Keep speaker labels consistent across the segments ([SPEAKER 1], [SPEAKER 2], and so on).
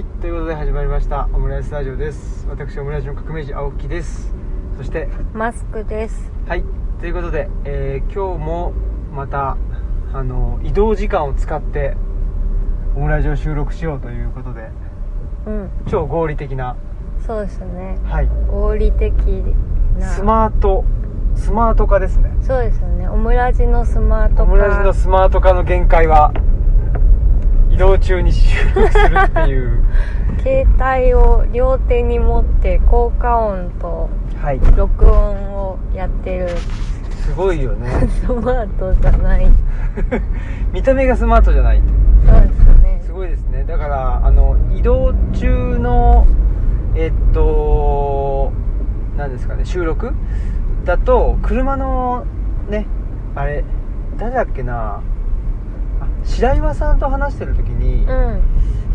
[SPEAKER 1] 始まりましたオムライススタジオです私オムライスの革命児青木ですそして
[SPEAKER 2] マスクです。
[SPEAKER 1] はいということで、えー今日もまたあの移動時間を使ってオムライスを収録しようということで
[SPEAKER 2] うん、
[SPEAKER 1] 超合理的な
[SPEAKER 2] そうですね。
[SPEAKER 1] はい
[SPEAKER 2] 合理的な。
[SPEAKER 1] スマートスマート化ですね
[SPEAKER 2] そうですよね。オムラジのスマート化。
[SPEAKER 1] オムライスのスマート化の限界は移動中に収録するっていう
[SPEAKER 2] 携帯を両手に持って効果音と
[SPEAKER 1] はい
[SPEAKER 2] 録音をやってる
[SPEAKER 1] すごいよね
[SPEAKER 2] スマートじゃない。
[SPEAKER 1] 見た目がスマートじゃない
[SPEAKER 2] そうですよね
[SPEAKER 1] す。ごいですねだからあの移動中のえっと何ですかね収録だと車のねあれ誰だっけなあ白岩さんと話してる時に、
[SPEAKER 2] う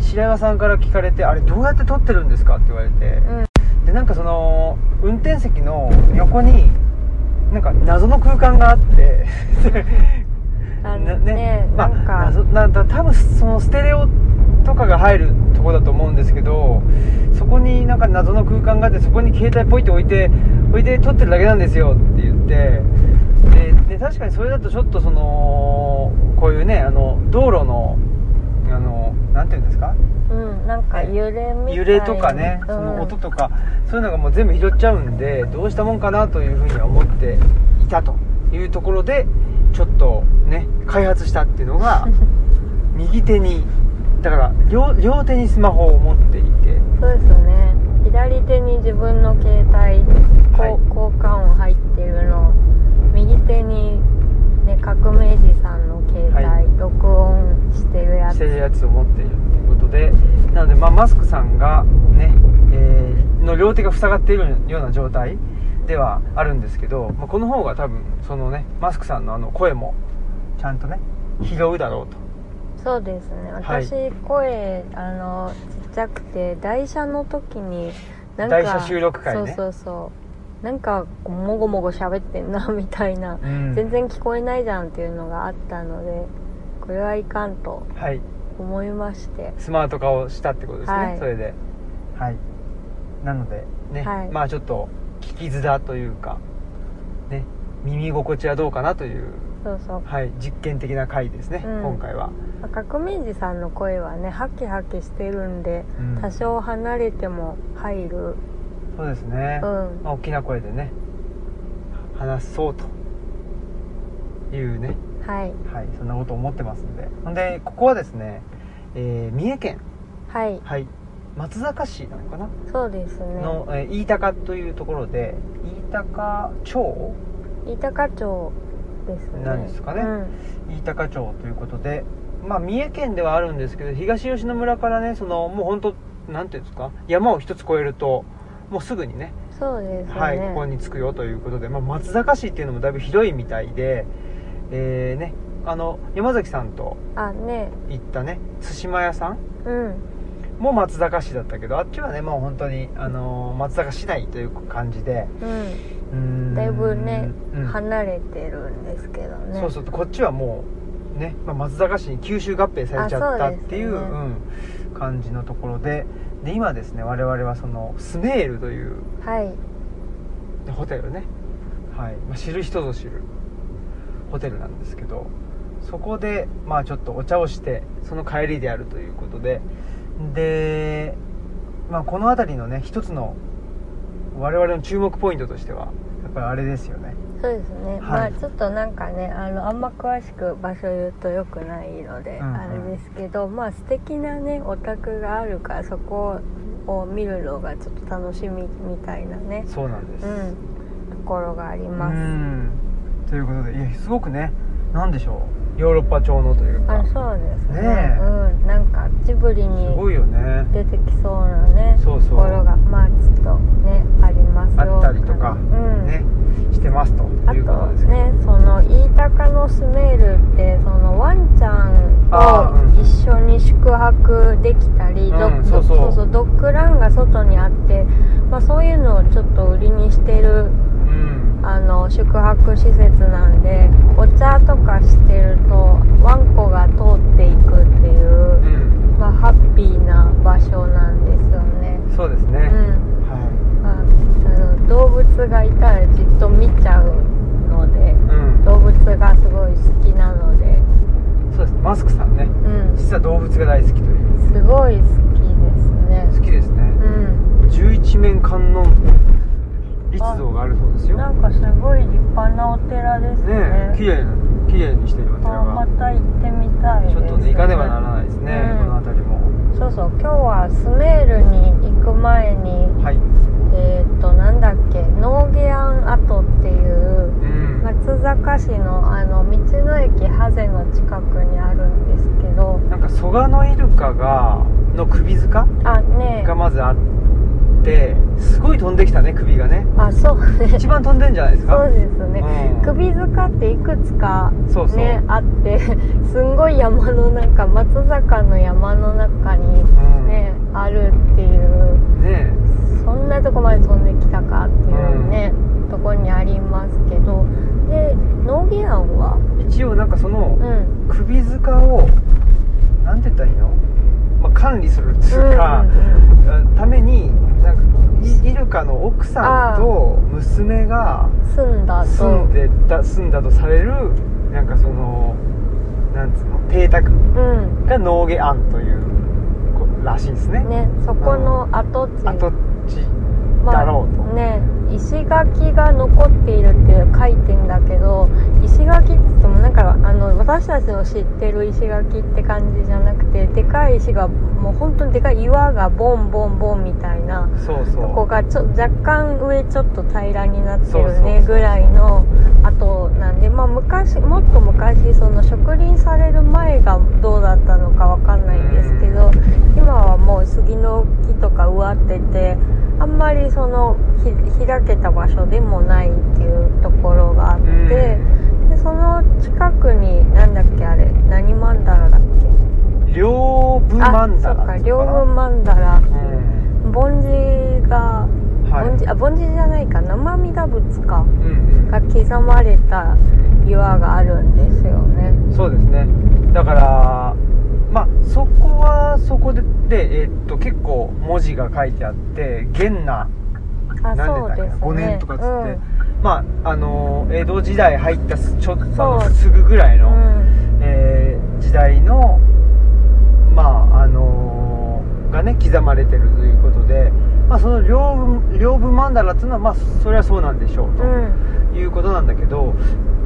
[SPEAKER 2] ん、
[SPEAKER 1] 白岩さんから聞かれて「あれどうやって撮ってるんですか?」って言われて、でなんかその運転席の横になんか謎の空間があって
[SPEAKER 2] うん。あ
[SPEAKER 1] な
[SPEAKER 2] のね、
[SPEAKER 1] まあ
[SPEAKER 2] なんか、
[SPEAKER 1] 謎なだ多分そのステレオとかが入るとこだと思うんですけどそこになんか謎の空間があってそこに携帯ポイって置いて置いて撮ってるだけなんですよって言ってでで確かにそれだとちょっとそのこういうねあの道路のあのなんていうんですか
[SPEAKER 2] うん、なんか揺れみたいな。
[SPEAKER 1] 揺れとかね、
[SPEAKER 2] うん
[SPEAKER 1] その音とかそういうのがもう全部拾っちゃうんでどうしたもんかなというふうには思っていたというところでちょっとね開発したっていうの が右手にだから両両手にスマホを持っていて
[SPEAKER 2] そうですよね左手に自分の携帯こう
[SPEAKER 1] はい
[SPEAKER 2] 交換音入ってるの右手に、ね、革命児さんの携帯、
[SPEAKER 1] はい
[SPEAKER 2] 録音してるや
[SPEAKER 1] し
[SPEAKER 2] つ
[SPEAKER 1] てるやつを持っているっていうことでなので、まあ、マスクさんがね、えーの両手が塞がっているような状態ではあるんですけど、まあ、この方が多分そのねマスクさんのあの声もちゃんとね拾うだろうと。
[SPEAKER 2] そうですね
[SPEAKER 1] はい
[SPEAKER 2] 私、声あのちっちゃくて台車の時になんか
[SPEAKER 1] 台車収録会ね
[SPEAKER 2] そうそうそうなんかこうもごもご喋ってんな みたいな
[SPEAKER 1] うん
[SPEAKER 2] 全然聞こえないじゃんっていうのがあったのでこれはいかんと
[SPEAKER 1] はい、
[SPEAKER 2] 思いまして
[SPEAKER 1] スマート化をしたってことですね、
[SPEAKER 2] はい
[SPEAKER 1] それではいなのでね、
[SPEAKER 2] はい
[SPEAKER 1] まあちょっと聞きづらというかね耳心地はどうかなという、
[SPEAKER 2] そうそう
[SPEAKER 1] はい、実験的な回ですね、
[SPEAKER 2] うん
[SPEAKER 1] 今回は、
[SPEAKER 2] まあ革命児さんの声はねハキハキしてるんで
[SPEAKER 1] うん
[SPEAKER 2] 多少離れても入る
[SPEAKER 1] そうですね、
[SPEAKER 2] うん
[SPEAKER 1] まあ、大きな声でね話そうというね、
[SPEAKER 2] はい
[SPEAKER 1] はい、そんなこと思ってますんでほんでここはですね、えー三重県、
[SPEAKER 2] はい
[SPEAKER 1] はい、松坂市なのかな
[SPEAKER 2] そうですね
[SPEAKER 1] の、えー飯高というところで飯高町
[SPEAKER 2] 飯高町ですね
[SPEAKER 1] なんですかね
[SPEAKER 2] うん
[SPEAKER 1] 飯高町ということで、まあ、三重県ではあるんですけど東吉野村からねそのもう本当なんていうんですか山を一つ越えるともうすぐにね
[SPEAKER 2] そうですね、
[SPEAKER 1] はい、ここに着くよということで、まあ、松坂市っていうのもだいぶ広いみたいで、えーね、あの山崎さんと
[SPEAKER 2] あね
[SPEAKER 1] 行ったね津島屋さん
[SPEAKER 2] うん
[SPEAKER 1] も松坂市だったけどあっちはねもう本当にあのー松坂市内という感じで
[SPEAKER 2] う
[SPEAKER 1] うーん
[SPEAKER 2] んだいぶね、
[SPEAKER 1] うん
[SPEAKER 2] 離れてるんですけどね
[SPEAKER 1] そうするとこっちはもうね、まあ、松坂市に吸収合併されちゃったっていう
[SPEAKER 2] あそうですよ
[SPEAKER 1] うん、感じのところでで今ですね我々はそのスメールという
[SPEAKER 2] はい
[SPEAKER 1] ホテルね、はいまあ、知る人ぞ知るホテルなんですけどそこでまあちょっとお茶をしてその帰りであるということでで、まあ、この辺りのね一つの我々の注目ポイントとしてはやっぱりあれですよね
[SPEAKER 2] そうですね、
[SPEAKER 1] はい
[SPEAKER 2] まあちょっとなんかねあのあんま詳しく場所言うと良くないので、
[SPEAKER 1] うんうん
[SPEAKER 2] あれですけどまあ素敵なねお宅があるからそこを見るのがちょっと楽しみみたいなね
[SPEAKER 1] そうなんです、
[SPEAKER 2] うんところがあり
[SPEAKER 1] う
[SPEAKER 2] ます、
[SPEAKER 1] んということでいやすごくね何でしょうヨーロッパ調のというか
[SPEAKER 2] あ
[SPEAKER 1] す
[SPEAKER 2] そうですね
[SPEAKER 1] ねえ
[SPEAKER 2] うんなんかジブリに
[SPEAKER 1] ごいよね
[SPEAKER 2] 出てきそうなね
[SPEAKER 1] そうそう
[SPEAKER 2] ところがまあちょっとねありますよ
[SPEAKER 1] あったりとか、
[SPEAKER 2] うん、
[SPEAKER 1] ねしてますと
[SPEAKER 2] あ
[SPEAKER 1] いうことです
[SPEAKER 2] と
[SPEAKER 1] けど
[SPEAKER 2] ねその飯高のスメールってそのワンちゃん
[SPEAKER 1] あーう
[SPEAKER 2] を
[SPEAKER 1] ん
[SPEAKER 2] 一緒に宿泊できたり、ドッ
[SPEAKER 1] うん
[SPEAKER 2] グ
[SPEAKER 1] そうそう
[SPEAKER 2] ドッグランが外にあって、まあ、そういうのをちょっと売りにしてる
[SPEAKER 1] うん
[SPEAKER 2] あの宿泊施設なんでお茶とかしてるとワンコが通っていくっていう
[SPEAKER 1] ん
[SPEAKER 2] う、まあ、ハッピーな場所なんですよ
[SPEAKER 1] 物が大好きという
[SPEAKER 2] すごい好きですね
[SPEAKER 1] 好きですね
[SPEAKER 2] うん
[SPEAKER 1] 11面観音立像があるそうですよ
[SPEAKER 2] な
[SPEAKER 1] ね
[SPEAKER 2] んかすごい立派なお寺ですね
[SPEAKER 1] え綺麗な綺麗にしてるお
[SPEAKER 2] あ
[SPEAKER 1] 寺が
[SPEAKER 2] また行ってみたいです
[SPEAKER 1] ちょっとね行かねばなら
[SPEAKER 2] い
[SPEAKER 1] ないですね、
[SPEAKER 2] うん
[SPEAKER 1] この辺りも
[SPEAKER 2] そうそう今日はスメールに行く前に
[SPEAKER 1] はい
[SPEAKER 2] えーっとなんだっけノーギアン跡っていう
[SPEAKER 1] うん、
[SPEAKER 2] 松坂市のあの道の駅ハゼの近くにあるんですけど
[SPEAKER 1] なんか蘇我のイルカがの首塚
[SPEAKER 2] あねえ
[SPEAKER 1] がまずあってすごい飛んできたね首がね
[SPEAKER 2] あそうね
[SPEAKER 1] 一番飛んでんじゃないです
[SPEAKER 2] そ
[SPEAKER 1] か
[SPEAKER 2] うですね、
[SPEAKER 1] うん
[SPEAKER 2] 首塚っていくつか
[SPEAKER 1] そうそう
[SPEAKER 2] ねあって すんごい山の中松坂の山の中に
[SPEAKER 1] うんね
[SPEAKER 2] ねあるっていうそんなとこまで飛んできたかっていうね、とこにありますけどでノーギアンは
[SPEAKER 1] 一応なんかその
[SPEAKER 2] うん
[SPEAKER 1] 首塚をなんて言ったらいいの、まあ、管理するっていう
[SPEAKER 2] う
[SPEAKER 1] か
[SPEAKER 2] ん、うん
[SPEAKER 1] ためになんかイイルカの奥さんと娘が
[SPEAKER 2] うん住んだと
[SPEAKER 1] 住んでた住んだとされるなんかそのなんつうの邸宅
[SPEAKER 2] うん
[SPEAKER 1] が農芸庵というこらしいですね
[SPEAKER 2] ねそこの跡地
[SPEAKER 1] 跡地
[SPEAKER 2] ま
[SPEAKER 1] だ
[SPEAKER 2] あ
[SPEAKER 1] ろうと、
[SPEAKER 2] ね石垣が残っているって書いてんだけど石垣って言ってもなんかあの私たちの知ってる石垣って感じじゃなくてでかい石がもう本当にでかい岩がボンボンボンみたいな
[SPEAKER 1] そうそう
[SPEAKER 2] とこがちょ若干上ちょっと平らになってる
[SPEAKER 1] そうそう
[SPEAKER 2] ね
[SPEAKER 1] そう
[SPEAKER 2] ぐらいの跡なんでまあ昔もっと昔その植林される前がどうだったのかわかんないんですけど今はもう杉の木とか植わっててあんまりそのひ開けた場所でもないっていうところがあって
[SPEAKER 1] うん
[SPEAKER 2] でその近くになんだっけあれ何曼荼羅だっけ
[SPEAKER 1] 両部
[SPEAKER 2] あ
[SPEAKER 1] 曼
[SPEAKER 2] そ
[SPEAKER 1] 荼
[SPEAKER 2] うか
[SPEAKER 1] 羅
[SPEAKER 2] 両
[SPEAKER 1] 部
[SPEAKER 2] 軍曼荼羅梵寺が
[SPEAKER 1] うんはい
[SPEAKER 2] 盆地あ盆地じゃないか生身陀仏か
[SPEAKER 1] うんうん
[SPEAKER 2] が刻まれた岩があるんですよね
[SPEAKER 1] そうですねだからまあそこはそこでで、えーっと結構文字が書いてあって元那
[SPEAKER 2] あそ
[SPEAKER 1] 何
[SPEAKER 2] う
[SPEAKER 1] 年だっけ
[SPEAKER 2] で
[SPEAKER 1] な
[SPEAKER 2] すね
[SPEAKER 1] 5年とかっつって、
[SPEAKER 2] うん
[SPEAKER 1] まああのー江戸時代入ったすちょっ
[SPEAKER 2] そう
[SPEAKER 1] とすぐぐらいの、
[SPEAKER 2] うん
[SPEAKER 1] えー時代のまああのーがね刻まれてるということで、まあ、その両部両部曼荼羅っていうのはまあそれはそうなんでしょうと。
[SPEAKER 2] うん
[SPEAKER 1] いうことなんだけど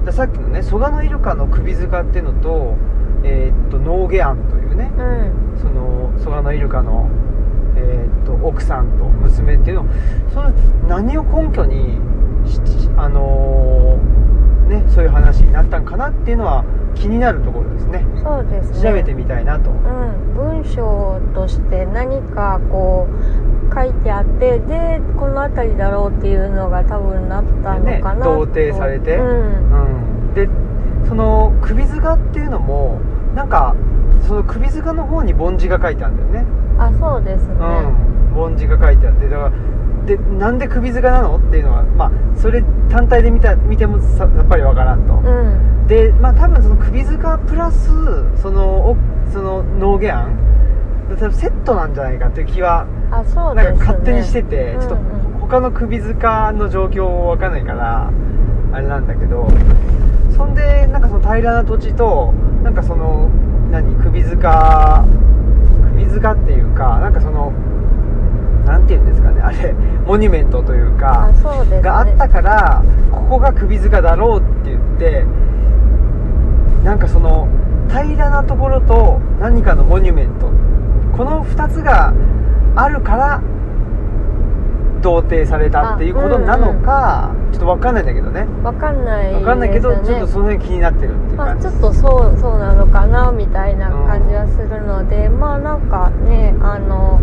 [SPEAKER 1] ださっきのね蘇我のイルカの首塚っていうのと,、えーっとノーゲアンというね
[SPEAKER 2] うん
[SPEAKER 1] その蘇我のイルカの、えーっと奥さんと娘っていうのそれ何を根拠にしあのーね、そういう話になったんかなっていうのは気になるところですね
[SPEAKER 2] そうですね
[SPEAKER 1] 調べてみたいなと、
[SPEAKER 2] うん文章として何かこう書いてあってでこの辺りだろうっていうのが多分なったのかな
[SPEAKER 1] ね同
[SPEAKER 2] と、
[SPEAKER 1] 定されて
[SPEAKER 2] うん
[SPEAKER 1] うん、でその首塚っていうのもなんかその首塚の方に梵字が書いてあるんだよね
[SPEAKER 2] あそうですね、
[SPEAKER 1] うん、梵字が書いてあってだからでなんで首塚なのっていうのは、まあ、それ単体で見た見てもさやっぱりわからんと、
[SPEAKER 2] うん
[SPEAKER 1] で、まあ、多分その首塚プラスそのおその脳外案多分セットなんじゃないかっていう気は
[SPEAKER 2] あそうです
[SPEAKER 1] な
[SPEAKER 2] ね
[SPEAKER 1] んか勝手にしてて、ちょっと
[SPEAKER 2] うんうん
[SPEAKER 1] 他の首塚の状況わかんないからあれなんだけどそんでなんかその平らな土地となんかその何首塚首塚っていうかなんかそのなんていうんですかねあれモニュメントというか
[SPEAKER 2] あそうですね
[SPEAKER 1] があったからここが首塚だろうって言ってなんかその平らなところと何かのモニュメントこの2つがあるから同定されたっていうことなのか、ちょっと分かんないんだけどね
[SPEAKER 2] わかんない
[SPEAKER 1] 分かんないけど、
[SPEAKER 2] です
[SPEAKER 1] ちょ
[SPEAKER 2] よ
[SPEAKER 1] っ
[SPEAKER 2] ね
[SPEAKER 1] とその辺気になってるっていう
[SPEAKER 2] まあ、
[SPEAKER 1] 感じ
[SPEAKER 2] ちょっとそうそうなのかなみたいな感じはするので、まあなんかねあの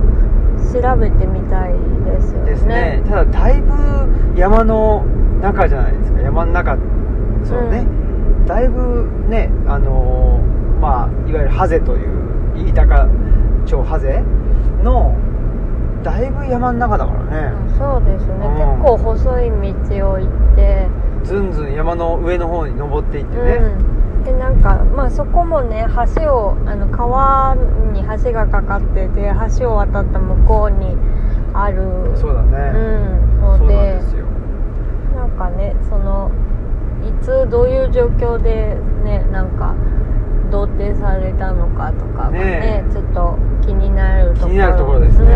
[SPEAKER 2] 調べてみたいですよね
[SPEAKER 1] ですねただだいぶ山の中じゃないですか山の中そうね、だいぶねあのーまあいわゆるハゼという飯高町ハゼのだいぶ山の中だからね、
[SPEAKER 2] そうですね、
[SPEAKER 1] うん
[SPEAKER 2] 結構細い道を行って、
[SPEAKER 1] ずんずん山の上の方に登っていってね、
[SPEAKER 2] うんでなんかまあそこもね橋をあの川に橋がかかってて橋を渡った向こうにある
[SPEAKER 1] そうだ
[SPEAKER 2] う
[SPEAKER 1] ね、
[SPEAKER 2] ん
[SPEAKER 1] そ
[SPEAKER 2] の
[SPEAKER 1] う
[SPEAKER 2] で
[SPEAKER 1] なんですよ
[SPEAKER 2] なんかねそのいつどういう状況でねなんか同定されたのかとかがね
[SPEAKER 1] ね
[SPEAKER 2] ちょっと気になるところ
[SPEAKER 1] 気になるところですね
[SPEAKER 2] うん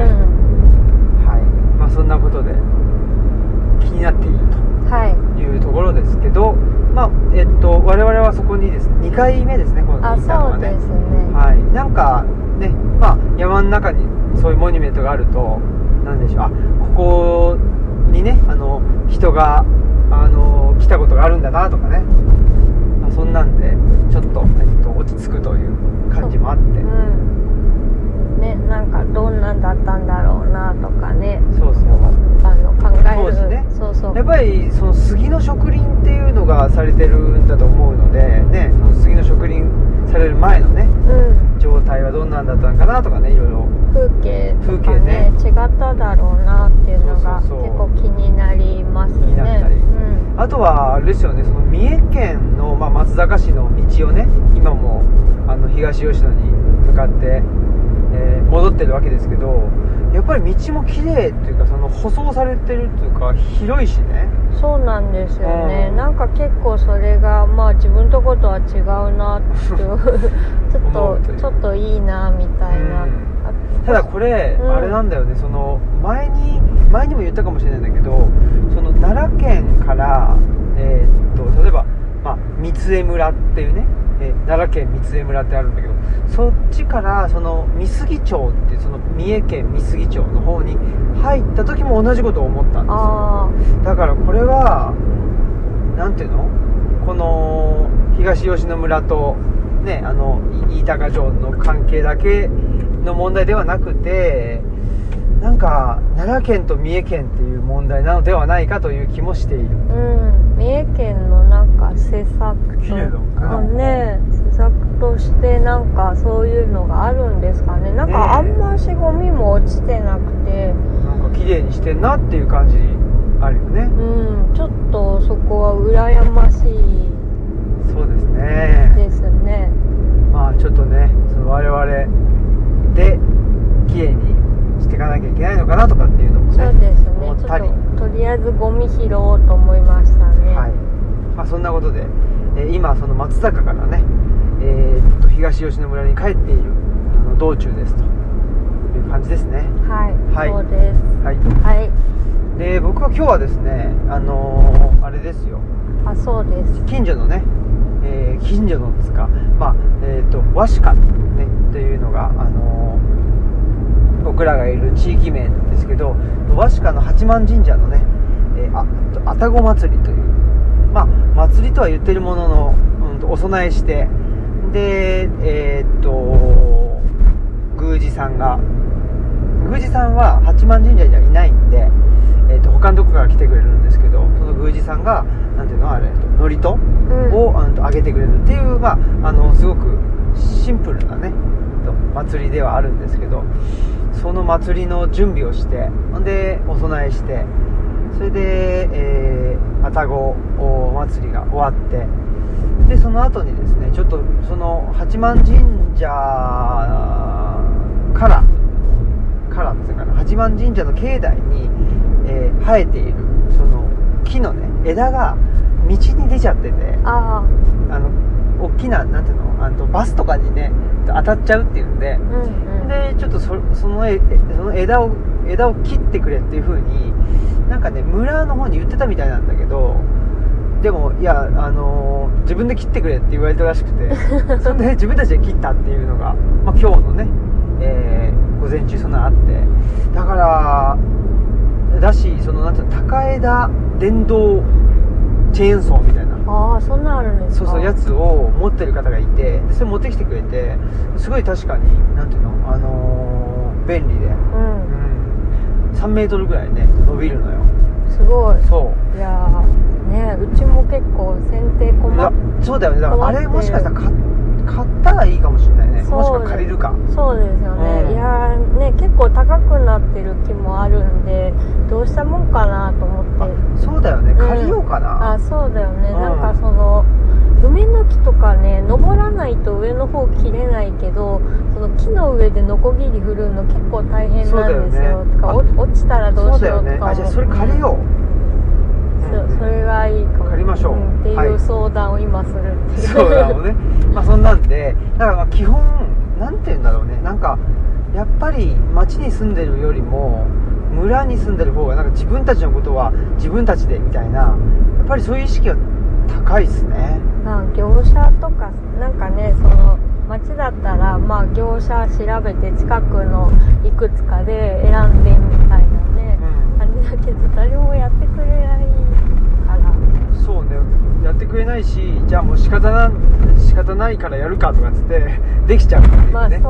[SPEAKER 1] はいまあそんなことで気になっている
[SPEAKER 2] はい
[SPEAKER 1] というところですけどまあえっと我々はそこにですね2回目ですねこの
[SPEAKER 2] あ
[SPEAKER 1] 聞いたの
[SPEAKER 2] そ
[SPEAKER 1] は
[SPEAKER 2] う
[SPEAKER 1] ね
[SPEAKER 2] ですね、
[SPEAKER 1] はい、なんかね、まあ、山の中にそういうモニュメントがあると、なんでしょう、あここにね、あの人があの来たことがあるんだなとかね、まあ、そんなんで、ちょっと,、えっと落ち着くという感じもあって、
[SPEAKER 2] うんねなんかどんなんだったんだろうなとかね
[SPEAKER 1] そうそう、
[SPEAKER 2] あの考え
[SPEAKER 1] 当時
[SPEAKER 2] る、
[SPEAKER 1] ね
[SPEAKER 2] そうそう
[SPEAKER 1] やっぱりその杉の植林っていうのがされてるんだと思うので、ね、その杉の植林される前のね、
[SPEAKER 2] うん
[SPEAKER 1] 状態はどんなんだったのかなとかね、いろいろ。
[SPEAKER 2] 風景とか
[SPEAKER 1] 風景ね
[SPEAKER 2] ね違っただろうなっていうのが
[SPEAKER 1] そうそう
[SPEAKER 2] 結
[SPEAKER 1] そう
[SPEAKER 2] 構気になります
[SPEAKER 1] 気になっ
[SPEAKER 2] ね
[SPEAKER 1] たり
[SPEAKER 2] うん
[SPEAKER 1] あとはあれですよねその三重県の、まあ、松坂市の道をね今もあの東吉野に向かって、えー戻ってるわけですけどやっぱり道も綺麗っていうかその舗装されてるっていうか広いしね
[SPEAKER 2] そうなんですよね、
[SPEAKER 1] うん
[SPEAKER 2] なんか結構それがまあ自分とことは違うなっていう ちょっ
[SPEAKER 1] 思うとい
[SPEAKER 2] と
[SPEAKER 1] う
[SPEAKER 2] ちょっといいなみたいな、
[SPEAKER 1] うん
[SPEAKER 2] あ
[SPEAKER 1] ただこれ、
[SPEAKER 2] うん
[SPEAKER 1] あれなんだよねその前に前にも言ったかもしれないんだけどその奈良県から、えーっと例えば、まあ、三江村っていうね、えー奈良県三江村ってあるんだけどそっちからその三杉町っていうその三重県三杉町の方に入った時も同じことを思ったんですよ
[SPEAKER 2] あ
[SPEAKER 1] だからこれはなんていうのこの東吉野村とねあのい飯高城の関係だけの問題ではなくてなんか奈良県と三重県っていう問題なのではないかという気もしている
[SPEAKER 2] ーうん三重県のなんか施策と
[SPEAKER 1] 綺麗だもんね
[SPEAKER 2] あね施策としてなんかそういうのがあるんですかねなんかあんましゴミも落ちてなくて、
[SPEAKER 1] なんか綺麗にしてんなっていう感じあるよね
[SPEAKER 2] うんちょっとそこは羨ましい
[SPEAKER 1] そうですね
[SPEAKER 2] ですね
[SPEAKER 1] まあちょっとねその我々で綺麗にしていかなきゃいけないのかなとかっていうのもね
[SPEAKER 2] そうですね
[SPEAKER 1] 思っ
[SPEAKER 2] ち
[SPEAKER 1] たり
[SPEAKER 2] ょっととりあえずゴミ拾おうと思いましたね
[SPEAKER 1] はいまあ、そんなことで、えー今その松坂からね、えーっと東吉野村に帰っているあの道中ですという感じですね、
[SPEAKER 2] はい、
[SPEAKER 1] はい
[SPEAKER 2] そうです
[SPEAKER 1] はい、
[SPEAKER 2] はい
[SPEAKER 1] で僕は今日はですねあのーあれですよ
[SPEAKER 2] あそうです
[SPEAKER 1] 近所のね、えー近所のつか、まあえーっと和紙館、ね、というのが、あのー僕らがいる地域名なんですけど和紙館の八幡神社のね、えーああたご祭りという、まあ、祭りとは言ってるものの、うんと、お供えしてでえーっと宮司さんが宮司さんは八幡神社にはいないんで、えーっと他のとこから来てくれるんですけどその宮司さんがなんていうのあれえっと祝詞
[SPEAKER 2] うん
[SPEAKER 1] を、あのとあげてくれるっていう、まあ、あのすごくシンプルなねと祭りではあるんですけどその祭りの準備をしてほんでお供えしてそれで、えー、愛宕お祭りが終わってでその後にですねちょっとその八幡神社からからっていうかな八幡神社の境内に、えー生えているその木のね枝が道に出ちゃってて
[SPEAKER 2] あ
[SPEAKER 1] あの大きななんていうのあのバスとかにね当たっちゃうっていうんで
[SPEAKER 2] あうんうん
[SPEAKER 1] でちょっとそそのえその枝を枝を切ってくれっていう風になんかね村の方に言ってたみたいなんだけどでもいやあのー自分で切ってくれって言われたらしく てそんで自分たちで切ったっていうのが、まあ、今日のね、えー午前中そんなのあってだからだしそのなんていうの高枝電動チェーンソーみたいな
[SPEAKER 2] ああそんなんあるんです
[SPEAKER 1] そう
[SPEAKER 2] か
[SPEAKER 1] そうやつを持ってる方がいてそれ持ってきてくれてすごい確かになんていうのあのー便利で、
[SPEAKER 2] うん
[SPEAKER 1] 3メートルぐらいね伸びるのよ
[SPEAKER 2] すごい
[SPEAKER 1] そ
[SPEAKER 2] いやーねうちも結構剪定
[SPEAKER 1] う
[SPEAKER 2] 困っ
[SPEAKER 1] いやそうだよねだからあ
[SPEAKER 2] 困って
[SPEAKER 1] れ
[SPEAKER 2] る
[SPEAKER 1] もしかしたら買っ買ったらいいかもしれないね
[SPEAKER 2] そう
[SPEAKER 1] もしくは借りるか
[SPEAKER 2] そうですよね、
[SPEAKER 1] うん
[SPEAKER 2] いやーね結構高くなってる木もあるんでどうしたもんかなと思
[SPEAKER 1] あ
[SPEAKER 2] って
[SPEAKER 1] そうだよね
[SPEAKER 2] うん
[SPEAKER 1] 借りようかな、
[SPEAKER 2] あそうだよね、
[SPEAKER 1] うん
[SPEAKER 2] なんかその梅の木とかね登らないと上の方切れないけどその木の上でノコギリ振るの結構大変
[SPEAKER 1] そうだよ
[SPEAKER 2] な
[SPEAKER 1] ね
[SPEAKER 2] んですよとか
[SPEAKER 1] あ
[SPEAKER 2] お落ちたらど
[SPEAKER 1] そうう
[SPEAKER 2] し
[SPEAKER 1] だ
[SPEAKER 2] よ
[SPEAKER 1] よ
[SPEAKER 2] うとか
[SPEAKER 1] ねあじゃあ
[SPEAKER 2] 思
[SPEAKER 1] それ借りよう、
[SPEAKER 2] そううんそれがいいかも
[SPEAKER 1] 借りましょう
[SPEAKER 2] うんって
[SPEAKER 1] はいいう
[SPEAKER 2] 相相談を今するっていう
[SPEAKER 1] そうなのねまあそんなんでだからまあ基本なんて言うんだろうねなんかやっぱり町に住んでるよりも村に住んでる方がなんか自分たちのことは自分たちでみたいなやっぱりそういう意識が高いですね
[SPEAKER 2] まあ業者とかなんかねその町だったらまあ業者調べて近くのいくつかで選んでみたいな
[SPEAKER 1] う
[SPEAKER 2] ね、
[SPEAKER 1] ん
[SPEAKER 2] あれだけど誰もやってくれないから
[SPEAKER 1] そうねやってくれないしじゃあもう仕方な仕方ないからやるかとかっつって できちゃうっていうね
[SPEAKER 2] まあそうですね、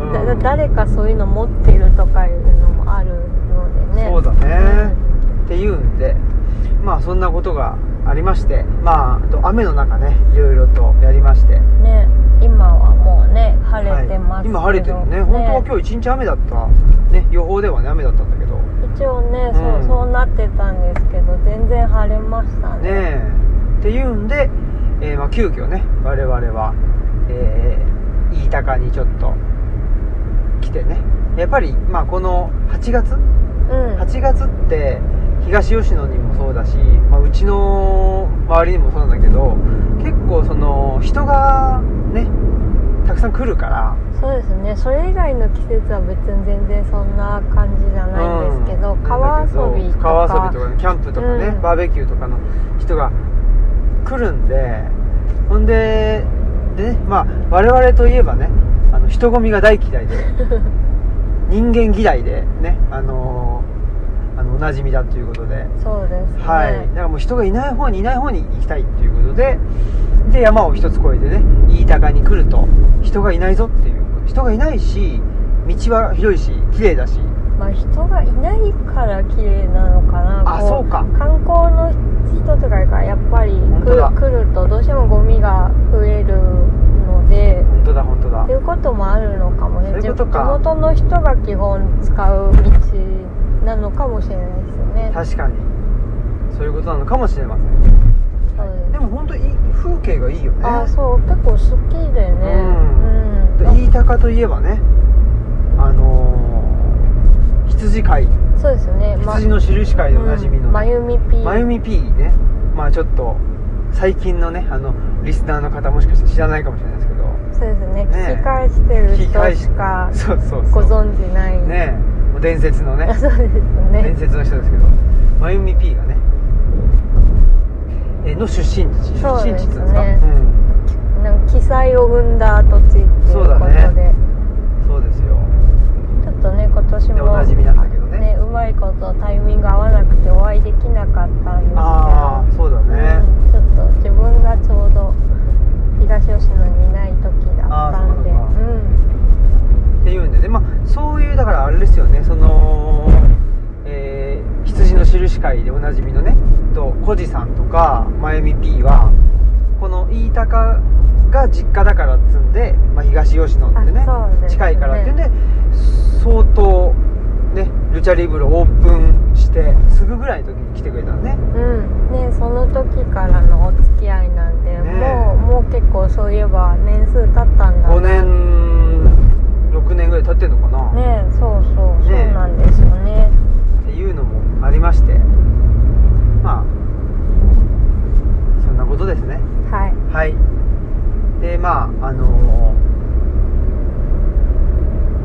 [SPEAKER 1] うん
[SPEAKER 2] だだ誰かそういうの持ってるとかいうのもあるのでね
[SPEAKER 1] そうだねっていうんでまあそんなことがありましてまああと雨の中ねいろいろとやりまして
[SPEAKER 2] うんね今はもうね晴れてますけど、
[SPEAKER 1] はい、今晴れてるね本当は今日一日雨だった、ね、予報ではね雨だったんだけどね
[SPEAKER 2] 一応ね、そう
[SPEAKER 1] うん
[SPEAKER 2] そうなってたんですけど全然晴れましたね
[SPEAKER 1] えっていうんで、えーまあ、急遽ね我々は、えー、飯高にちょっと来てねやっぱり、まあ、この8月
[SPEAKER 2] うん
[SPEAKER 1] 8月って東吉野にもそうだし、まあ、うちの周りにもそうなんだけど結構その人がねたくさん来るから
[SPEAKER 2] そうですねそれ以外の季節は別に全然そんな感じじゃないんですけど、
[SPEAKER 1] うん
[SPEAKER 2] 川遊びとか
[SPEAKER 1] 川遊びとかねキャンプとかね、
[SPEAKER 2] うん
[SPEAKER 1] バーベキューとかの人が来るんでほんででねまあ我々といえばねあの人混みが大嫌い で人間嫌いでねあのーあのおなじみだということで、
[SPEAKER 2] そうですね、
[SPEAKER 1] はいだからもう人がいない方にいない方に行きたいっていうことでで山を一つ越えてね飯高に来ると人がいないぞっていう人がいないし道は広いし綺麗だし
[SPEAKER 2] まあ、人がいないから綺麗なのかな
[SPEAKER 1] あ
[SPEAKER 2] こ
[SPEAKER 1] そうか
[SPEAKER 2] 観光の人とかがやっぱり
[SPEAKER 1] 本
[SPEAKER 2] 来
[SPEAKER 1] 当だ
[SPEAKER 2] る来るとどうしてもゴミが増えるので
[SPEAKER 1] 本当だ本当だ
[SPEAKER 2] っていうこともあるのかもね
[SPEAKER 1] そういうことか
[SPEAKER 2] 地地元の人が基本使う道なのかもしれないですよね
[SPEAKER 1] 確かにそういうことなのかもしれません
[SPEAKER 2] そうです
[SPEAKER 1] でも本当いい風景がいいよね
[SPEAKER 2] あそう結構好きでね
[SPEAKER 1] うん
[SPEAKER 2] うん、
[SPEAKER 1] 飯高といえばねあのー羊飼い
[SPEAKER 2] そうですねま
[SPEAKER 1] 羊の印飼いでおなじみの、
[SPEAKER 2] うんまゆみピー
[SPEAKER 1] まゆみ P ねまあちょっと最近のねあのリスナーの方もしかしたら知らないかもしれないですけど
[SPEAKER 2] そうですね
[SPEAKER 1] ねえ
[SPEAKER 2] 聞き返してる
[SPEAKER 1] 聞き返
[SPEAKER 2] 人
[SPEAKER 1] し
[SPEAKER 2] しか
[SPEAKER 1] そうそうそう
[SPEAKER 2] ご存知ない
[SPEAKER 1] ねもう伝説のね
[SPEAKER 2] あそうです
[SPEAKER 1] 伝
[SPEAKER 2] ね
[SPEAKER 1] 説の人ですけどまゆみ P がねえーの出身地出
[SPEAKER 2] そう
[SPEAKER 1] 身
[SPEAKER 2] で
[SPEAKER 1] 地
[SPEAKER 2] すね
[SPEAKER 1] って言うんですかうん
[SPEAKER 2] なんか記載を生んだ跡地っていう
[SPEAKER 1] そ
[SPEAKER 2] こ
[SPEAKER 1] う
[SPEAKER 2] と
[SPEAKER 1] だ
[SPEAKER 2] で、
[SPEAKER 1] ねそうですよ
[SPEAKER 2] ちょっとね今年
[SPEAKER 1] で
[SPEAKER 2] も
[SPEAKER 1] おなじみなんだけどね
[SPEAKER 2] ねうまいことタイミング合わなくてお会いできなかったんですけど
[SPEAKER 1] ああそうだね、
[SPEAKER 2] うんちょっと自分がちょうど東吉野にいない時だったんで
[SPEAKER 1] あーそう
[SPEAKER 2] うん
[SPEAKER 1] っていうんでねまあそういうだからあれですよねその、えー羊の印会でおなじみのねとコジさんとかまゆみ P はこの飯高が実家だからっつんで、まあ、東吉野ってね
[SPEAKER 2] あそうですね
[SPEAKER 1] 近いからっていうんで相当ねルチャリブロオープンしてすぐぐらいの時に来てくれたのね
[SPEAKER 2] うんねその時からのお付き合いなんで、
[SPEAKER 1] ね
[SPEAKER 2] もうもう結構そういえば年数経ったんだ
[SPEAKER 1] 5
[SPEAKER 2] ね
[SPEAKER 1] 年6年ぐらい経ってんのかな、
[SPEAKER 2] ねそうそう、
[SPEAKER 1] ね
[SPEAKER 2] そうなんですよね
[SPEAKER 1] っていうのもありましてまあそんなことですね
[SPEAKER 2] はい
[SPEAKER 1] はいでまああの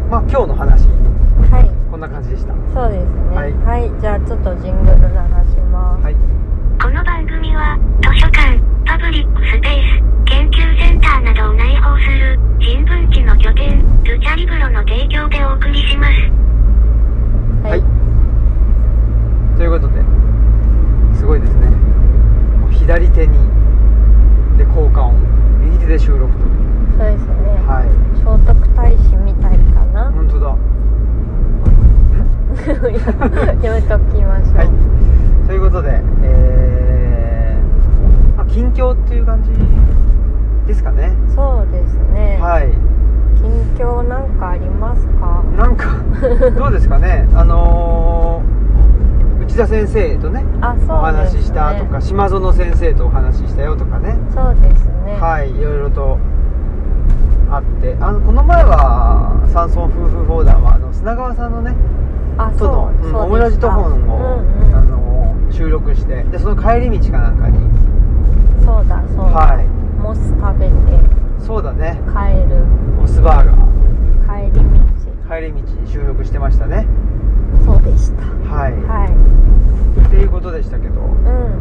[SPEAKER 1] まあ今日の話
[SPEAKER 2] はい
[SPEAKER 1] こんな感じでしたは
[SPEAKER 2] そうですね
[SPEAKER 1] は
[SPEAKER 2] はいい、じゃあちょっとジングル流します、
[SPEAKER 1] い
[SPEAKER 3] この番組は、図書館、パブリックスペース、研究センターなどを内包する、人文地の拠点、ルチャリブロの提供でお送りします。
[SPEAKER 1] はい、ということですごいですねもう左手にで交換音右手で収録と
[SPEAKER 2] そうですね、
[SPEAKER 1] はい
[SPEAKER 2] 聖徳太子みたいかな、
[SPEAKER 1] 本当だ
[SPEAKER 2] やめときましょう、
[SPEAKER 1] はいということでえーまあ、近況っていう感じですかね
[SPEAKER 2] そうですね、
[SPEAKER 1] はい
[SPEAKER 2] 近況なんかありますか
[SPEAKER 1] なん かどうですかねあのー内田先生とね
[SPEAKER 2] あそうですね
[SPEAKER 1] お話ししたとか島園先生とお話ししたよとかね
[SPEAKER 2] そうですね
[SPEAKER 1] はいいろいろとあってあのこの前は山村夫婦フォーダーはあの砂川さんのね
[SPEAKER 2] あ
[SPEAKER 1] とのう
[SPEAKER 2] そうそうんで
[SPEAKER 1] オムラジトフォンを、
[SPEAKER 2] うんうん
[SPEAKER 1] あのー収録してでその帰り道かなんかに
[SPEAKER 2] そうだそう
[SPEAKER 1] バ
[SPEAKER 2] だ、
[SPEAKER 1] ーガー
[SPEAKER 2] 帰り
[SPEAKER 1] 帰り道収録してましたね
[SPEAKER 2] 道そうでした
[SPEAKER 1] はい、
[SPEAKER 2] はい
[SPEAKER 1] っていうことでしたけど
[SPEAKER 2] う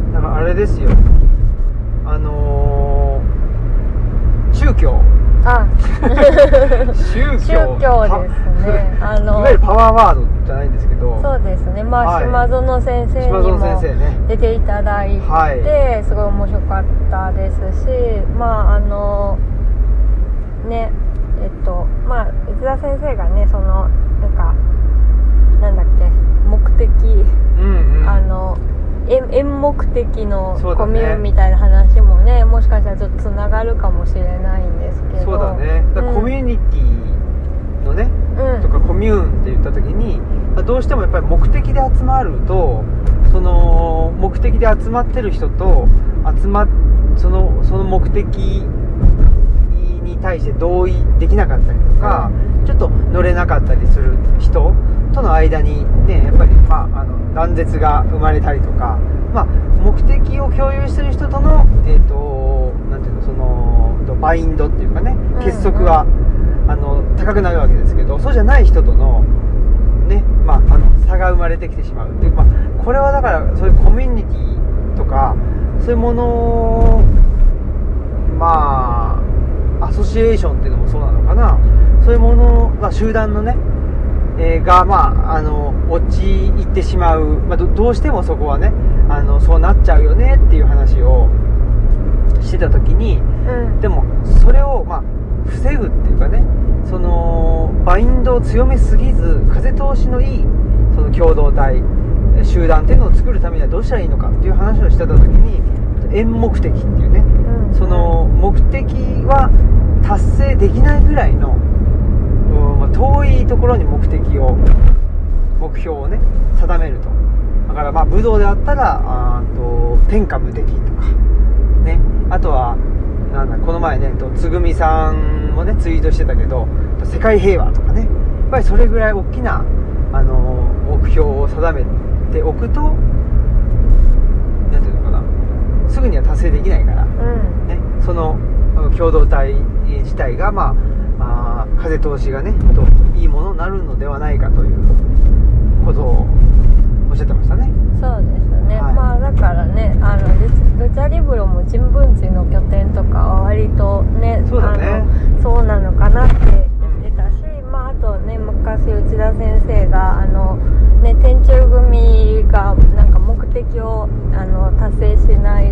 [SPEAKER 2] ん
[SPEAKER 1] だからあれですよあのー、宗 教
[SPEAKER 2] あ
[SPEAKER 1] 宗教
[SPEAKER 2] 宗教ですね
[SPEAKER 1] パ
[SPEAKER 2] あの
[SPEAKER 1] いわゆるパワーワードじゃないんですけど
[SPEAKER 2] そうですねまあ、
[SPEAKER 1] はい
[SPEAKER 2] 島園先生に
[SPEAKER 1] 島園
[SPEAKER 2] も
[SPEAKER 1] 先生ね
[SPEAKER 2] 出ていただいて、
[SPEAKER 1] は
[SPEAKER 2] すごい面白かったですしまああのねえっとまあ内田先生がねそのなんかなんだっけ目的、
[SPEAKER 1] うんうん
[SPEAKER 2] あの演演目的の
[SPEAKER 1] そうだ
[SPEAKER 2] コ
[SPEAKER 1] ね
[SPEAKER 2] ミューンみたいな話もねもしかしたらちょっとつながるかもしれないんですけど
[SPEAKER 1] そうだねだから
[SPEAKER 2] うん
[SPEAKER 1] コミュニティのね、
[SPEAKER 2] うん
[SPEAKER 1] とかコミューンって言った時にまあどうしてもやっぱり目的で集まるとその目的で集まってる人と集まっそのその目的に対して同意できなかったりとか、ちょっと乗れなかったりする人との間にねやっぱり、まあ、あの断絶が生まれたりとか、まあ、目的を共有してる人とのえっ、となんていうのそのとバインドっていうかね
[SPEAKER 2] うん
[SPEAKER 1] 結束は、あの高くなるわけですけどそうじゃない人との,、ねまあ、あの差が生まれてきてしまうっていう、まあ、これはだからそういうコミュニティとかそういうものをまあアソシエーションっていうのもそうなのかなそういうものが集団のね、えーがまああの陥ってしまう、まあ、どどうしてもそこはねあのそうなっちゃうよねっていう話をしてた時に
[SPEAKER 2] うん
[SPEAKER 1] でもそれをまあ防ぐっていうかねそのバインドを強めすぎず風通しのいいその共同体え集団っていうのを作るためにはどうしたらいいのかっていう話をしてた時に縁目的っていうね
[SPEAKER 2] うん
[SPEAKER 1] その目的は達成できないぐらいの、うんまあ遠いところに目的を目標をね定めるとだからまあ武道であったらあーと天下無敵とかねあとはなんだこの前ねとつぐみさんもねツイートしてたけどと世界平和とかねやっぱりそれぐらい大きなあの目標を定めておくとなんていうのかなすぐには達成できないから
[SPEAKER 2] うん
[SPEAKER 1] ね、そのうん共同体自体が、まあ、あー風通しがねといいものになるのではないかということをおっしゃってましたね
[SPEAKER 2] そうですね、
[SPEAKER 1] はい
[SPEAKER 2] まあだからねあのルチルチャリブロも人文地の拠点とかは割とね
[SPEAKER 1] そうだね
[SPEAKER 2] あのそうなのかなって言ってたし、まああとね昔内田先生があのね天中組がなんか目的をあの達成しないで、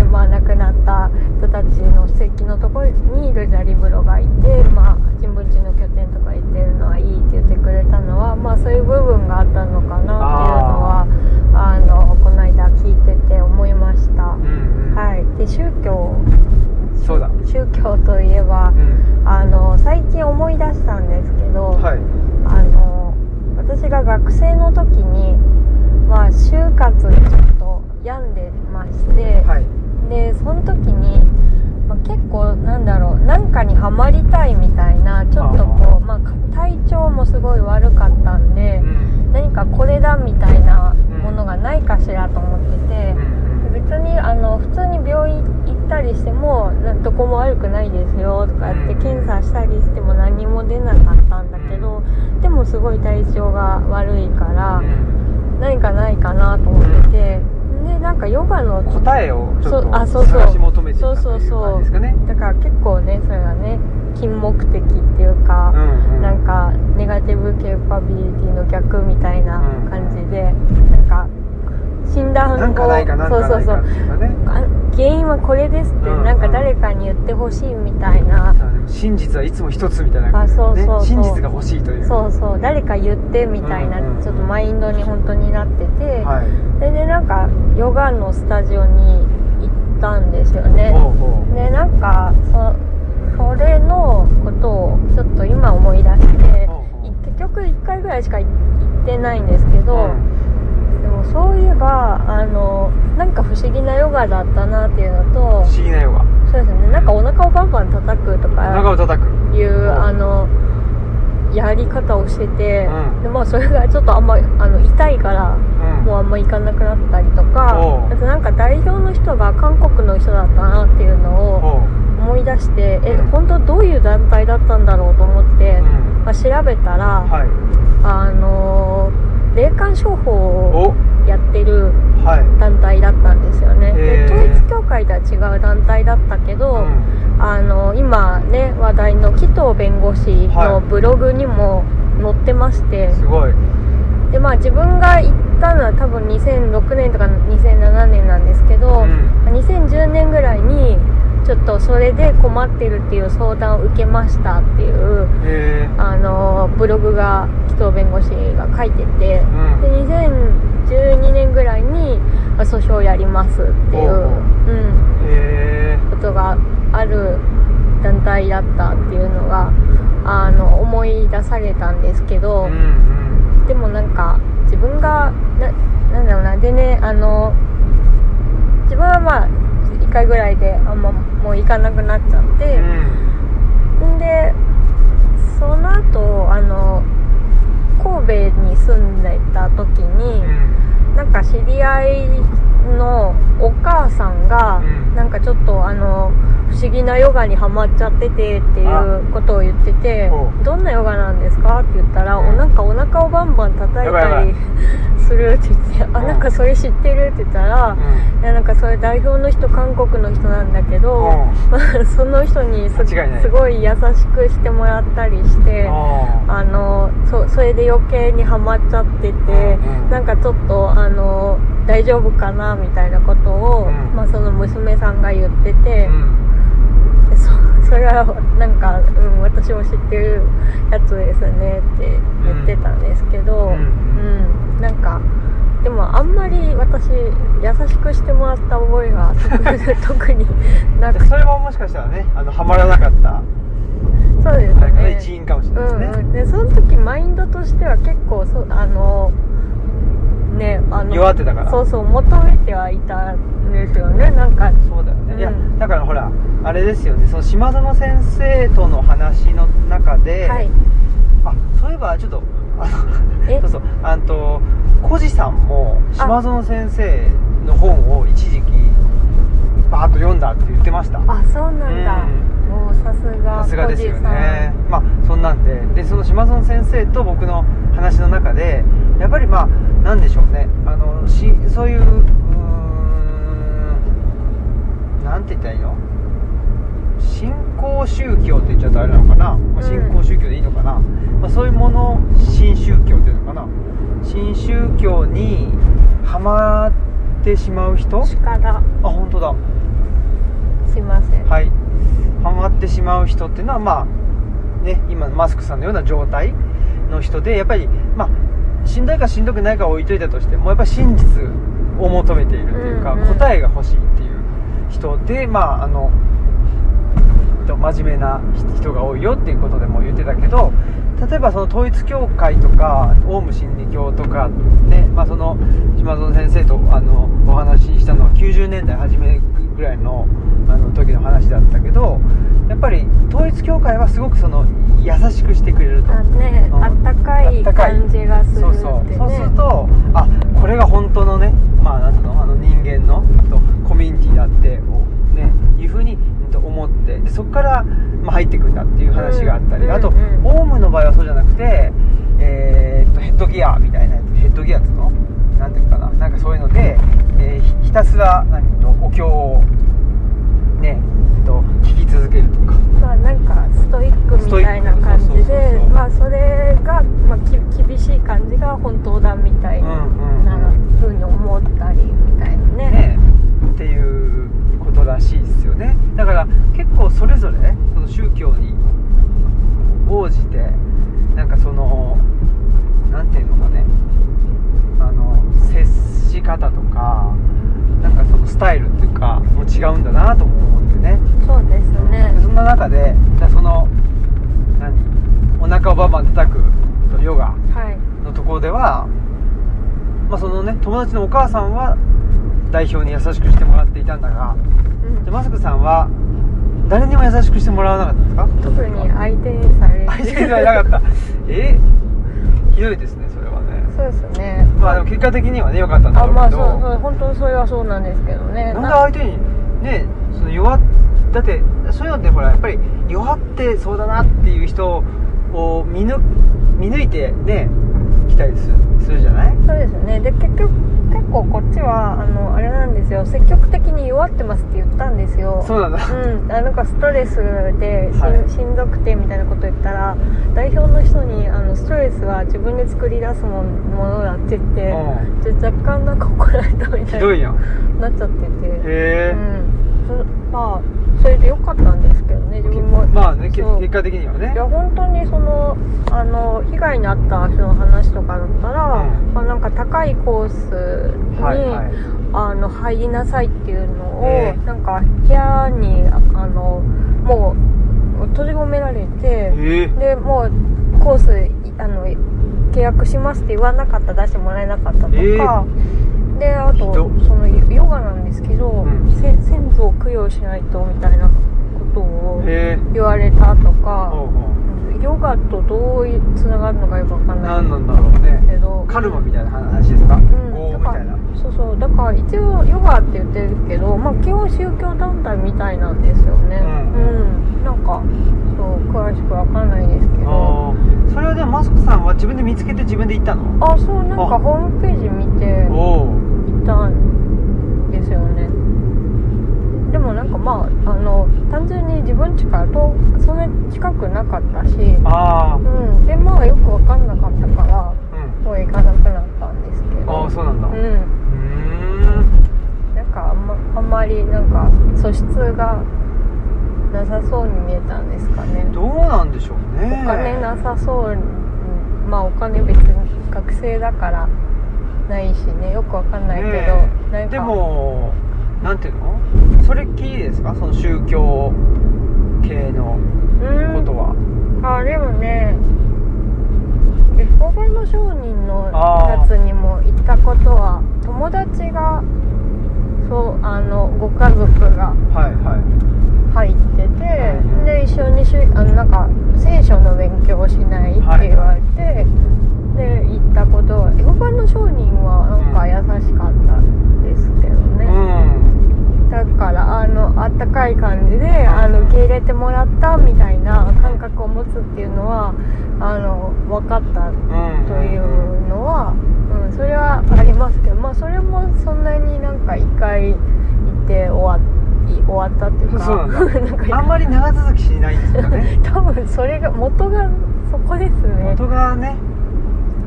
[SPEAKER 1] うん
[SPEAKER 2] まあ亡くなった人たちの席のところにルチャリブロがいてまあ人文地の拠点とか行ってるのはいいって言ってくれたのはまあそういう部分があったのかなっていうのは
[SPEAKER 1] あー
[SPEAKER 2] あのこの間聞いてて思いました、
[SPEAKER 1] うん、うん
[SPEAKER 2] はいで宗教
[SPEAKER 1] そうだ、
[SPEAKER 2] 宗教といえば
[SPEAKER 1] うん、
[SPEAKER 2] あの最近思い出したんですけど、
[SPEAKER 1] はい
[SPEAKER 2] あの私が学生の時にまあ就活でちょっと病んでまして、
[SPEAKER 1] はい
[SPEAKER 2] でその時に、まあ、結構なんだろうなんかにはまりたいみたいなちょっとこうまあ、体調もすごい悪かったんで、
[SPEAKER 1] うん
[SPEAKER 2] 何かこれだみたいなものがないかしらと思ってて
[SPEAKER 1] うん
[SPEAKER 2] 別にあの普通に病院行ったりしてもなどこも悪くないですよとかやって
[SPEAKER 1] うん
[SPEAKER 2] 検査したりしても何も出なかったんだけどでもすごい体調が悪いから
[SPEAKER 1] うん
[SPEAKER 2] 何かないかなと思っててでなんかヨガの
[SPEAKER 1] 答えをちょっ
[SPEAKER 2] そうあそ
[SPEAKER 1] と
[SPEAKER 2] うそう
[SPEAKER 1] 探し求めていた
[SPEAKER 2] そ
[SPEAKER 1] とい
[SPEAKER 2] うそう
[SPEAKER 1] う
[SPEAKER 2] そう
[SPEAKER 1] 感じですかね
[SPEAKER 2] だから結構ねそれがね金目的っていうか
[SPEAKER 1] うんうん
[SPEAKER 2] なんかネガティブケーパビリティの逆みたいな感じで、なんか診断を
[SPEAKER 1] なんかないかなんか
[SPEAKER 2] そ
[SPEAKER 1] な
[SPEAKER 2] う
[SPEAKER 1] い
[SPEAKER 2] そ
[SPEAKER 1] かっ
[SPEAKER 2] う
[SPEAKER 1] ていうかね
[SPEAKER 2] そうあ原因はこれですっ
[SPEAKER 1] う
[SPEAKER 2] て、
[SPEAKER 1] んうん
[SPEAKER 2] なんか誰かに言ってほしいみたいな、
[SPEAKER 1] あでも真実はいつも一つみたいな感じ
[SPEAKER 2] あそう
[SPEAKER 1] ね
[SPEAKER 2] そうそう
[SPEAKER 1] 真実が欲しいという
[SPEAKER 2] そうそう誰か言ってみたいな、
[SPEAKER 1] うんうん
[SPEAKER 2] ちょっとマインドに本当になってて、
[SPEAKER 1] はい
[SPEAKER 2] それでなんかヨガのスタジオに行ったんですよね
[SPEAKER 1] ほうほう
[SPEAKER 2] でなんかそそれのことをちょっと今思い出して
[SPEAKER 1] ほうほう
[SPEAKER 2] い結局1回ぐらいしか行ってないんですけど、
[SPEAKER 1] うん
[SPEAKER 2] でもそういえばあのなんか不思議なヨガだったなっていうのと
[SPEAKER 1] 不思議なヨガ
[SPEAKER 2] そうですねなんかお腹をバンバン叩くと
[SPEAKER 1] お腹
[SPEAKER 2] か
[SPEAKER 1] を叩く
[SPEAKER 2] いう
[SPEAKER 1] お
[SPEAKER 2] あのやり方をしてて、
[SPEAKER 1] うん
[SPEAKER 2] でまあそれがちょっとあんまあの痛いから
[SPEAKER 1] うん
[SPEAKER 2] もうあんま行かなくなったりと
[SPEAKER 1] お
[SPEAKER 2] か
[SPEAKER 1] う
[SPEAKER 2] あとなんか代表の人が韓国の人だったなっていうのを
[SPEAKER 1] おう
[SPEAKER 2] 思い出ししてえ
[SPEAKER 1] うん
[SPEAKER 2] 本当どういう団体だったんだろうと思って、
[SPEAKER 1] ん
[SPEAKER 2] まあ、調べたら、
[SPEAKER 1] はい
[SPEAKER 2] あのー霊感商法を
[SPEAKER 1] お
[SPEAKER 2] やってる
[SPEAKER 1] はい
[SPEAKER 2] 団体だったんですよね
[SPEAKER 1] へー
[SPEAKER 2] で統一教会とは違う団体だったけど、
[SPEAKER 1] うん
[SPEAKER 2] あの今ね話題の紀藤弁護士のブログにも載ってまして、
[SPEAKER 1] すごい
[SPEAKER 2] でまあ自分が行ったのは多分2006年とか2007年なんですけど、
[SPEAKER 1] うん
[SPEAKER 2] 2010年ぐらいにちょっとそれで困ってるっていう相談を受けましたっていう
[SPEAKER 1] へえ
[SPEAKER 2] あのブログが紀藤弁護士が書いてて
[SPEAKER 1] う
[SPEAKER 2] で
[SPEAKER 1] ん
[SPEAKER 2] 2012年ぐらいにまあ訴訟をやりますっていう、
[SPEAKER 1] おう
[SPEAKER 2] うん、
[SPEAKER 1] へえ
[SPEAKER 2] ことがある団体だったっていうのがあの思い出されたんですけど。
[SPEAKER 1] うんうん
[SPEAKER 2] でもなんか自分がななんだろうなでねあの自分はまあ1回ぐらいであんまもう行かなくなっちゃっ
[SPEAKER 1] う
[SPEAKER 2] て、
[SPEAKER 1] ん
[SPEAKER 2] ん、でその後あの神戸に住んでた時に、
[SPEAKER 1] うん
[SPEAKER 2] なんか知り合いのお母さんが、
[SPEAKER 1] うん
[SPEAKER 2] なんかちょっとあの不思議なヨガにハマっちゃっててっていうことを言ってて
[SPEAKER 1] ほ
[SPEAKER 2] 「どんなヨガなんですか?」って言ったら「
[SPEAKER 1] う
[SPEAKER 2] お
[SPEAKER 1] ん
[SPEAKER 2] なんかお腹をバンバン叩い
[SPEAKER 1] やばいやば
[SPEAKER 2] たりする」って言って「あ
[SPEAKER 1] うん
[SPEAKER 2] なんかそれ知ってる?」って言ったら
[SPEAKER 1] う
[SPEAKER 2] 「いやなんかそれ代表の人韓国の人なんだけど、
[SPEAKER 1] ん
[SPEAKER 2] その人にす
[SPEAKER 1] 間違いない
[SPEAKER 2] すごい優しくしてもらったりして。
[SPEAKER 1] あ
[SPEAKER 2] あのそそれで余計にハマっちゃってて、
[SPEAKER 1] うんうん
[SPEAKER 2] なんかちょっとあの大丈夫かなみたいなことを、
[SPEAKER 1] うん
[SPEAKER 2] まあ、その娘さんが言って
[SPEAKER 1] ー
[SPEAKER 2] て
[SPEAKER 1] う、ん
[SPEAKER 2] でそそれはなんか、うん、私も知ってるやつですねって言ってたんですけど、
[SPEAKER 1] うん
[SPEAKER 2] うんなんかでもあんまり私優しくしてもらった覚えが特 特になく
[SPEAKER 1] でそれももしかしたらねあのハマらなかった
[SPEAKER 2] そうです
[SPEAKER 1] あれかね
[SPEAKER 2] ね
[SPEAKER 1] 一員かもしれ
[SPEAKER 2] う
[SPEAKER 1] ないですね
[SPEAKER 2] んうん、でその時マインドとしては結構そあのねあの
[SPEAKER 1] 弱ってたから
[SPEAKER 2] そうそう求めてはいたんですよねなんか
[SPEAKER 1] そうだよね、いや
[SPEAKER 2] うん
[SPEAKER 1] だからほらあれですよねその島園先生との話の中で、
[SPEAKER 2] はい
[SPEAKER 1] あそういえばちょっとあ
[SPEAKER 2] え
[SPEAKER 1] のそうそうあんと小路さんも島園先生の本を一時期バーッと読んだって言ってました
[SPEAKER 2] あそうなんだ、
[SPEAKER 1] うん
[SPEAKER 2] もうさす
[SPEAKER 1] さ
[SPEAKER 2] が
[SPEAKER 1] すがですよ
[SPEAKER 2] 小路さ
[SPEAKER 1] ねまあそんなんででその島園先生と僕の話の中でやっぱりまあなんでしょうねあのしそういううーんなんて言ったらいいの信仰宗教って言っちゃうとあれなのかな、まあ、信仰宗教でいいのかな、まあ、そういうもの新宗教っていうのかな新宗教にハマってしまう人あ
[SPEAKER 2] ん力
[SPEAKER 1] 本当だ
[SPEAKER 2] すいません
[SPEAKER 1] はい、ハマってしまう人っていうのは、まあね、今のマスクさんのような状態の人でやっぱり、まあ、しんどいかしんどくないかは置いといたとしてもやっぱ真実を求めているっていうか、
[SPEAKER 2] うんうん
[SPEAKER 1] 答えが欲しいっていう人で、まあ、あのえっと真面目な人が多いよっていうことでも言ってたけど例えばその統一教会とかオウム真理教とか、ねまあ、その島園先生とあのお話ししたのは90年代初めぐらいのあの時の話だったけどやっぱり統一教会はすごくその優しくしてくれると。
[SPEAKER 2] あね
[SPEAKER 1] うん
[SPEAKER 2] あったかい
[SPEAKER 1] あったかい
[SPEAKER 2] 感じがするってね
[SPEAKER 1] そうそうそうするとあこれが本当のねまあなんていうのあの人間のとコミュニティだっておねいうふうにうんと思ってでそこから、まあ、入ってくんだっていう話があったり、
[SPEAKER 2] うん
[SPEAKER 1] あと、
[SPEAKER 2] うんうん
[SPEAKER 1] オウムの場合はそうじゃなくてえーっとヘッドギアみたいなやつヘッドギアっていうのなんていうのかななんかそういうので、えーひひたすら何とお経をねえっと聞き続けるとか
[SPEAKER 2] まあなんかストイックみたいな感じ
[SPEAKER 1] ストイックそうそう
[SPEAKER 2] で
[SPEAKER 1] そう
[SPEAKER 2] まあそれが、まあ、き厳しい感じが本当だみたいな
[SPEAKER 1] うんうん
[SPEAKER 2] ふうに思ったりみたいなね
[SPEAKER 1] ねっていうことらしいですよねだから結構それぞれその宗教に応じてなんかそのなんていうのかねあの接し方とかなんかそのスタイルっていうかもう違うんだなとも思ってね
[SPEAKER 2] そうですね
[SPEAKER 1] でそんな中でじゃあその何お腹をバンバン叩くヨガ
[SPEAKER 2] はい
[SPEAKER 1] のところでは、まあ、そのね友達のお母さんは代表に優しくしてもらっていたんだが
[SPEAKER 2] うん
[SPEAKER 1] でマスクさんは誰にも優しくしてもらわなかったんですか
[SPEAKER 2] 特に相手にされて
[SPEAKER 1] 愛してはなかったえひどいですねそれはね
[SPEAKER 2] そうですね
[SPEAKER 1] まあでも結果的にはね良かったんだ
[SPEAKER 2] あ
[SPEAKER 1] ろう
[SPEAKER 2] まあ
[SPEAKER 1] け
[SPEAKER 2] そう
[SPEAKER 1] ど、
[SPEAKER 2] そう本当にそれはそうなんですけど
[SPEAKER 1] な
[SPEAKER 2] ね
[SPEAKER 1] んで
[SPEAKER 2] な
[SPEAKER 1] 相手にねその弱っだってそういうのってほらやっぱり弱ってそうだなっていう人を見抜見抜いてね来たりすするじゃない
[SPEAKER 2] そうですねで結局結構こっちはあのあれなんですよ積極的に弱ってますって言ったんですよ
[SPEAKER 1] そうなんだ
[SPEAKER 2] うん、あなんかストレスでし,、
[SPEAKER 1] はい
[SPEAKER 2] しんどくてみたいなこと言ったら代表の人にあのストレスは自分で作り出すもんものだって言って、
[SPEAKER 1] う
[SPEAKER 2] ちょ若干なんか怒られたみ
[SPEAKER 1] んひ
[SPEAKER 2] たい
[SPEAKER 1] ど
[SPEAKER 2] に
[SPEAKER 1] いよ
[SPEAKER 2] なっちゃってて、
[SPEAKER 1] へ
[SPEAKER 2] う
[SPEAKER 1] え、
[SPEAKER 2] ん、そまあそれで良かったんですけどね自分も、
[SPEAKER 1] まあねけ
[SPEAKER 2] そう
[SPEAKER 1] 結果的にはね
[SPEAKER 2] いや本当にそのあの被害に遭った人の話とかだったら、
[SPEAKER 1] うん
[SPEAKER 2] まあ、なんか高いコースに、
[SPEAKER 1] はいはい
[SPEAKER 2] あの入りなさいっていうのを、
[SPEAKER 1] ええ
[SPEAKER 2] なんか部屋にああのもう閉じ込められて
[SPEAKER 1] へえ
[SPEAKER 2] でもうコースいあの契約しますって言わなかった出してもらえなかったとか、
[SPEAKER 1] え
[SPEAKER 2] であ
[SPEAKER 1] ひ
[SPEAKER 2] と
[SPEAKER 1] ど
[SPEAKER 2] そのヨガなんですけど、
[SPEAKER 1] ん
[SPEAKER 2] せ先祖を供養しないとみたいなことを
[SPEAKER 1] へえ
[SPEAKER 2] 言われたとか。
[SPEAKER 1] ほうほう
[SPEAKER 2] ヨガとどうつながるのかよくわかんない
[SPEAKER 1] 何なんだろうね
[SPEAKER 2] けど
[SPEAKER 1] カルマみたいな話ですか、
[SPEAKER 2] うん
[SPEAKER 1] 業
[SPEAKER 2] だ
[SPEAKER 1] み
[SPEAKER 2] か
[SPEAKER 1] たい
[SPEAKER 2] ら
[SPEAKER 1] な
[SPEAKER 2] そうそうだから一応ヨガって言ってるけど、まあ、基本宗教団体みたいなんですよね
[SPEAKER 1] う
[SPEAKER 2] うんん、なんかそう詳しくわかんないですけど
[SPEAKER 1] あーそれはでもマスクさんは自分で見つけて自分で行ったの
[SPEAKER 2] あそうなん
[SPEAKER 1] あ
[SPEAKER 2] かホームページ見て
[SPEAKER 1] おお
[SPEAKER 2] 行ったんですよねでもなんかまああの単純に自分家から遠くそんなに近くなかったし
[SPEAKER 1] ああ
[SPEAKER 2] うんでまあよくわかんなかったから
[SPEAKER 1] うん
[SPEAKER 2] もう行かなくなったんですけど
[SPEAKER 1] ああそうなんだう
[SPEAKER 2] う
[SPEAKER 1] ーん
[SPEAKER 2] んなんかあん,、まあんまりなんか素質がなさそうに見えたんですかね
[SPEAKER 1] どうなんでしょう
[SPEAKER 2] お
[SPEAKER 1] ね
[SPEAKER 2] 金なさそうにまあお金別に学生だからないしねよくわかんないけど、
[SPEAKER 1] ねえ
[SPEAKER 2] なんか
[SPEAKER 1] でもなんていうのそれっきりですかその宗教系の
[SPEAKER 2] う
[SPEAKER 1] ことは、
[SPEAKER 2] んあでもねばいの商人のやつにも行ったことは友達がそうあのご家族が
[SPEAKER 1] はいはい
[SPEAKER 2] 入って
[SPEAKER 1] うん
[SPEAKER 2] てで一緒にしあのなんか聖書の勉強をしないって言われて、で行ったことは評判の商人はなんか優しかったんですけど
[SPEAKER 1] う
[SPEAKER 2] ね、
[SPEAKER 1] ん
[SPEAKER 2] だからあのあったかい感じであの受け入れてもらったみたいな感覚を持つっていうのはあの分かった
[SPEAKER 1] うん
[SPEAKER 2] というのは、うん、それはありますけどまあそれもそんなになんか一回行って終わい終わったっていうか
[SPEAKER 1] そうなんだ
[SPEAKER 2] なんか
[SPEAKER 1] あんまり長続きしないんですかね
[SPEAKER 2] 多分それが元がそこですね
[SPEAKER 1] 元がね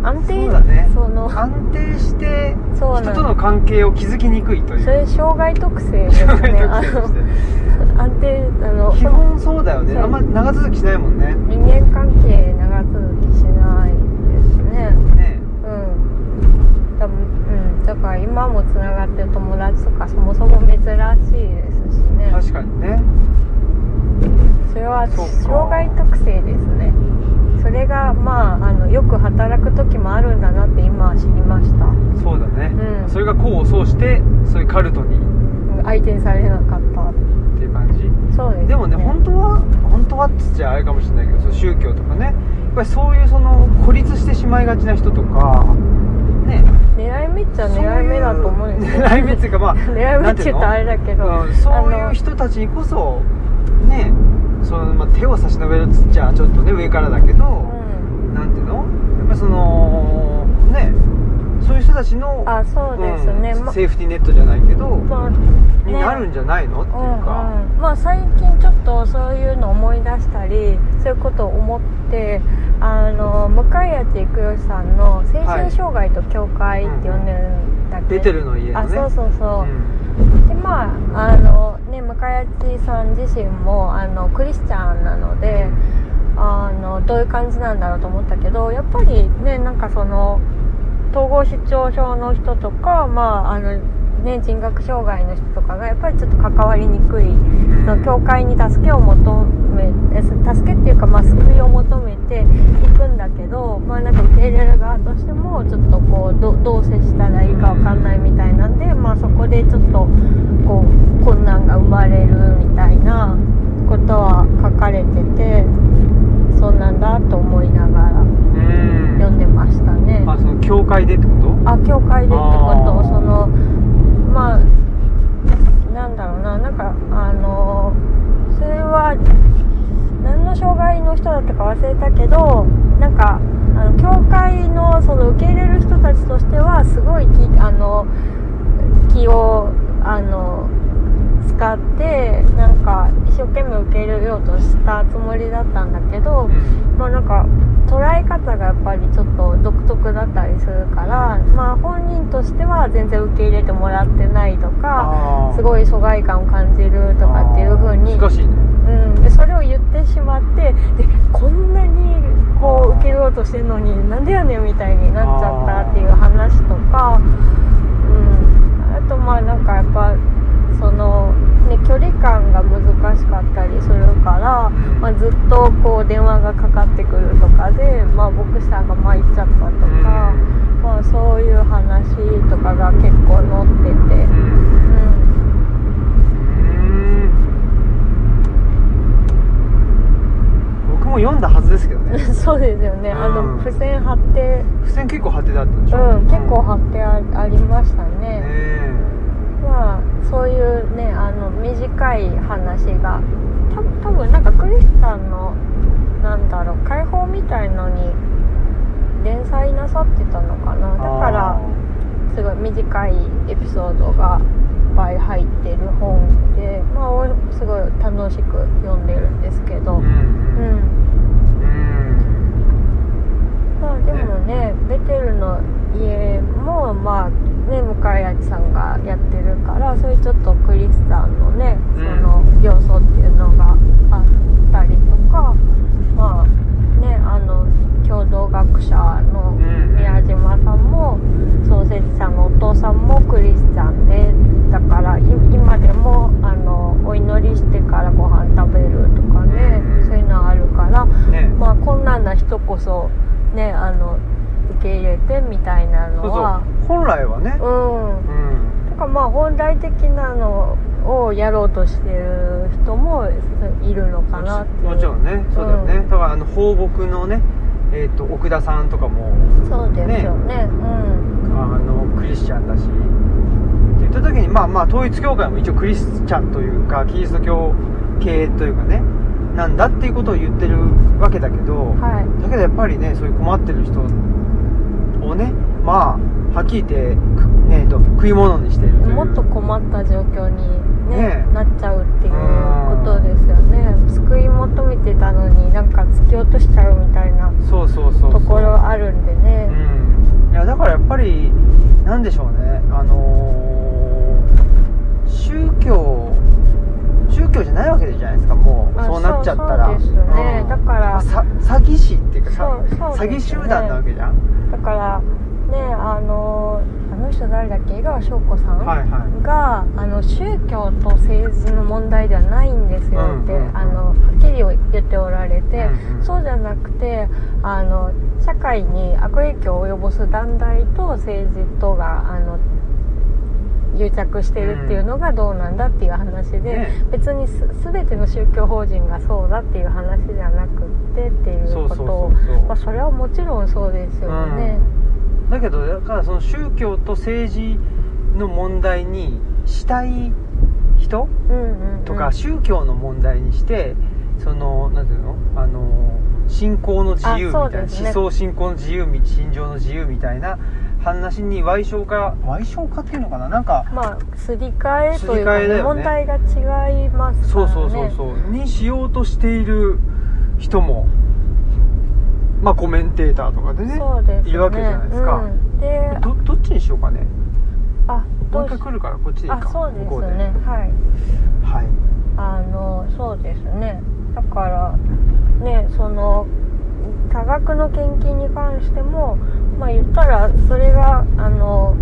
[SPEAKER 2] 安定
[SPEAKER 1] そうだね
[SPEAKER 2] その
[SPEAKER 1] 安定して
[SPEAKER 2] そう
[SPEAKER 1] 人
[SPEAKER 2] な
[SPEAKER 1] と
[SPEAKER 2] の
[SPEAKER 1] の関係を築きにくいという
[SPEAKER 2] それ障害特性です
[SPEAKER 1] 障害
[SPEAKER 2] ね
[SPEAKER 1] 特
[SPEAKER 2] あ
[SPEAKER 1] 性と
[SPEAKER 2] の
[SPEAKER 1] して
[SPEAKER 2] 安定あの
[SPEAKER 1] 基本そうだよね
[SPEAKER 2] そう
[SPEAKER 1] あんま長続きしないもんね
[SPEAKER 2] 人間関係長続きしないですね
[SPEAKER 1] ね
[SPEAKER 2] うん多分うんだから今もつながってる友達とかそもそも珍しいですしね
[SPEAKER 1] 確かにね
[SPEAKER 2] それは
[SPEAKER 1] そうか
[SPEAKER 2] 障害特性ですねそれがまああのよく働く時もあるんだなって今は知りました
[SPEAKER 1] そうだね、
[SPEAKER 2] うん
[SPEAKER 1] それが功を奏してそういうカルトにっ
[SPEAKER 2] 相手にされなかった
[SPEAKER 1] ていう感じ
[SPEAKER 2] そうです、ね、
[SPEAKER 1] でもね本当は本当はっつっちゃあれかもしれないけどその宗教とかねやっぱりそういうその孤立してしまいがちな人とかね
[SPEAKER 2] 狙い目っちゃ
[SPEAKER 1] そういう
[SPEAKER 2] 狙い目だと思うんですよ
[SPEAKER 1] 狙い目っていうかまあ
[SPEAKER 2] 狙い目って言うとあれだけど、
[SPEAKER 1] うん、そう
[SPEAKER 2] あ
[SPEAKER 1] いう
[SPEAKER 2] の
[SPEAKER 1] 人たちにこそねその、まあ、手を差し伸べるっつっちゃちょっとね上からだけど、
[SPEAKER 2] うん
[SPEAKER 1] なんていうのやっぱりそのねそういう人たちの
[SPEAKER 2] あそうですね、
[SPEAKER 1] うん
[SPEAKER 2] ま
[SPEAKER 1] セーフティーネットじゃないけど、
[SPEAKER 2] まあ
[SPEAKER 1] になるんじゃないのっていう
[SPEAKER 2] うん
[SPEAKER 1] か、
[SPEAKER 2] うん、まあ最近ちょっとそういうの思い出したりそういうことを思ってあの向井谷育義さんの「精神障害と境界」って呼んでるんだけど、
[SPEAKER 1] 出てるの家の
[SPEAKER 2] あ
[SPEAKER 1] ね
[SPEAKER 2] そうそうそう、
[SPEAKER 1] ん
[SPEAKER 2] でまああのね向井谷さん自身もあのクリスチャンなのであのどういう感じなんだろうと思ったけどやっぱりねなんかその統合失調症の人とかまああのね人格障害の人とかがやっぱりちょっと関わりにくいその教会に助けを求めえ助けっていうか、まあ、救いを求めていくんだけど、まあ、なんか受け入れる側としてもちょっとこうどどう接したらいいかわかんないみたいなんで、まあ、そこでちょっとこう困難が生まれるみたいなことは書かれててそうなんだと思いながら
[SPEAKER 1] うん
[SPEAKER 2] 読んでましたね。
[SPEAKER 1] あその教会でってこと
[SPEAKER 2] あ教会でってこ
[SPEAKER 1] あー
[SPEAKER 2] とそのまあなんだろうななんかあのーったか忘れたけどなんかあの教会のその受け入れる人たちとしてはすごい気あの気をあの使ってなんか一生懸命受け入れようとしたつもりだったんだけど、まあなんか捉え方がやっぱりちょっと独特だったりするから、まあ、本人としては全然受け入れてもらってないとかす
[SPEAKER 1] い
[SPEAKER 2] ごい疎外感を感じるとかっていう風に
[SPEAKER 1] 難しいね
[SPEAKER 2] うん、でそれを言ってしまってでこんなにこう受けようとしてるのになんでやねんみたいになっちゃったっていう話とか、うん、あとまあなんかやっぱその、ね、距離感が難しかったりするから、まあ、ずっとこう電話がかかってくるとかで、まあ、牧師さんが参っちゃったとか、まあ、そういう話とかが結構載ってて。
[SPEAKER 1] うん
[SPEAKER 2] うん
[SPEAKER 1] うん僕も読んだはずですけどね
[SPEAKER 2] そうですよね、あ
[SPEAKER 1] うん
[SPEAKER 2] の付箋貼って
[SPEAKER 1] 付箋結構貼ってだったんでしょ
[SPEAKER 2] うん結構貼ってあありました
[SPEAKER 1] ね
[SPEAKER 2] ね、
[SPEAKER 1] え
[SPEAKER 2] まあそういうねあの短い話が多分多分なんかクリスチャンのなんだろう解放みたいのに連載なさってたのかなだからすごい短いエピソードがいっぱい入ってる本でまあおすごい楽しく読んでるんですけ
[SPEAKER 1] あー
[SPEAKER 2] ど
[SPEAKER 1] う
[SPEAKER 2] うんん
[SPEAKER 1] うん
[SPEAKER 2] まあでもねベテルの家もまあね向井亜紀さんがやってるからそういうちょっとクリスチャンのね
[SPEAKER 1] う
[SPEAKER 2] そ
[SPEAKER 1] ん
[SPEAKER 2] の要素っていうのがあったりとかまあねあの共同学者の
[SPEAKER 1] うん
[SPEAKER 2] 宮島さんも創設者のお父さんもクリスチャンでだからい今でもあのお祈りしてからご飯食べるとかね
[SPEAKER 1] うん
[SPEAKER 2] そういうのあるから。
[SPEAKER 1] ね
[SPEAKER 2] まあ、困難な人こそねあの受け入れてみたいな
[SPEAKER 1] そう
[SPEAKER 2] の
[SPEAKER 1] そ
[SPEAKER 2] は
[SPEAKER 1] う本来はね
[SPEAKER 2] うん
[SPEAKER 1] うん
[SPEAKER 2] とかまあ本来的なのをやろうとしてる人もいるのかなっていう
[SPEAKER 1] もちろんねそうだよね、
[SPEAKER 2] うん
[SPEAKER 1] だからあの放牧のねえっと奥田さんとかも
[SPEAKER 2] そうですよねうん
[SPEAKER 1] あのクリスチャンだしって言った時にまあまあ統一教会も一応クリスチャンというかキリスト教系というかねなんだっていうことを言ってるわけだけど、
[SPEAKER 2] はい
[SPEAKER 1] だけどやっぱりねそういう困ってる人をねまあはっきり言ってくねと食い物にしているという
[SPEAKER 2] もっと困った状況に、ね
[SPEAKER 1] ねえ
[SPEAKER 2] なっちゃうっていうことですよね救い求めてたのになんか突き落としちゃうみたいな
[SPEAKER 1] そうそうそうそう
[SPEAKER 2] ところあるんでね
[SPEAKER 1] うんいやだからやっぱりなんでしょうねあのー宗教宗教じゃないわけじゃないですかもう
[SPEAKER 2] あ
[SPEAKER 1] そうなっちゃったら
[SPEAKER 2] そうそうですよね
[SPEAKER 1] うん
[SPEAKER 2] だから
[SPEAKER 1] まあさ詐欺師っていうかさ
[SPEAKER 2] そうそう
[SPEAKER 1] 詐
[SPEAKER 2] で
[SPEAKER 1] 欺
[SPEAKER 2] す
[SPEAKER 1] 集
[SPEAKER 2] よね
[SPEAKER 1] 団なわけじゃん、
[SPEAKER 2] だからねあのあの人誰だっけ江川翔子さん、
[SPEAKER 1] はいはい
[SPEAKER 2] があの宗教と政治の問題ではないんですよっ
[SPEAKER 1] うんう
[SPEAKER 2] て、
[SPEAKER 1] んうん
[SPEAKER 2] あのはっきり言っておられて、
[SPEAKER 1] うんうん
[SPEAKER 2] そうじゃなくてあの社会に悪影響を及ぼす団体と政治とがあの癒着してるっていうのがどうなんだっていう話で、
[SPEAKER 1] ね
[SPEAKER 2] 別にす全ての宗教法人がそうだっていう話じゃなくってっていう
[SPEAKER 1] そう
[SPEAKER 2] こ
[SPEAKER 1] そう
[SPEAKER 2] と
[SPEAKER 1] そ
[SPEAKER 2] を。
[SPEAKER 1] うそう
[SPEAKER 2] まあ、それはもちろんそうですよね、
[SPEAKER 1] だけどだからその宗教と政治の問題にしたい人
[SPEAKER 2] うんうんうん
[SPEAKER 1] とか、宗教の問題にしてそのなんていうのあの信仰の自由み
[SPEAKER 2] あそう
[SPEAKER 1] たいな、
[SPEAKER 2] ですね
[SPEAKER 1] 思想信仰の自由み信条の自由みたいな話に賠償化賠償化っていうのかななんか
[SPEAKER 2] まあすり替えというか、
[SPEAKER 1] すり替えだよね
[SPEAKER 2] 問題が違いますか
[SPEAKER 1] そう
[SPEAKER 2] ら、ね、
[SPEAKER 1] そうそうそうにしようとしている人もまあコメンテーターとかでね
[SPEAKER 2] そうですね
[SPEAKER 1] いるわけじゃないですか
[SPEAKER 2] うん、で
[SPEAKER 1] どどっちにしようかね
[SPEAKER 2] あ
[SPEAKER 1] もう
[SPEAKER 2] ど
[SPEAKER 1] 一
[SPEAKER 2] うし
[SPEAKER 1] 回来るからこっちでいいか
[SPEAKER 2] あそうです
[SPEAKER 1] 向こ
[SPEAKER 2] よ
[SPEAKER 1] うで
[SPEAKER 2] ねはい
[SPEAKER 1] はい
[SPEAKER 2] あのそうですねだからねその多額の献金に関してもまあ言ったらそれがあの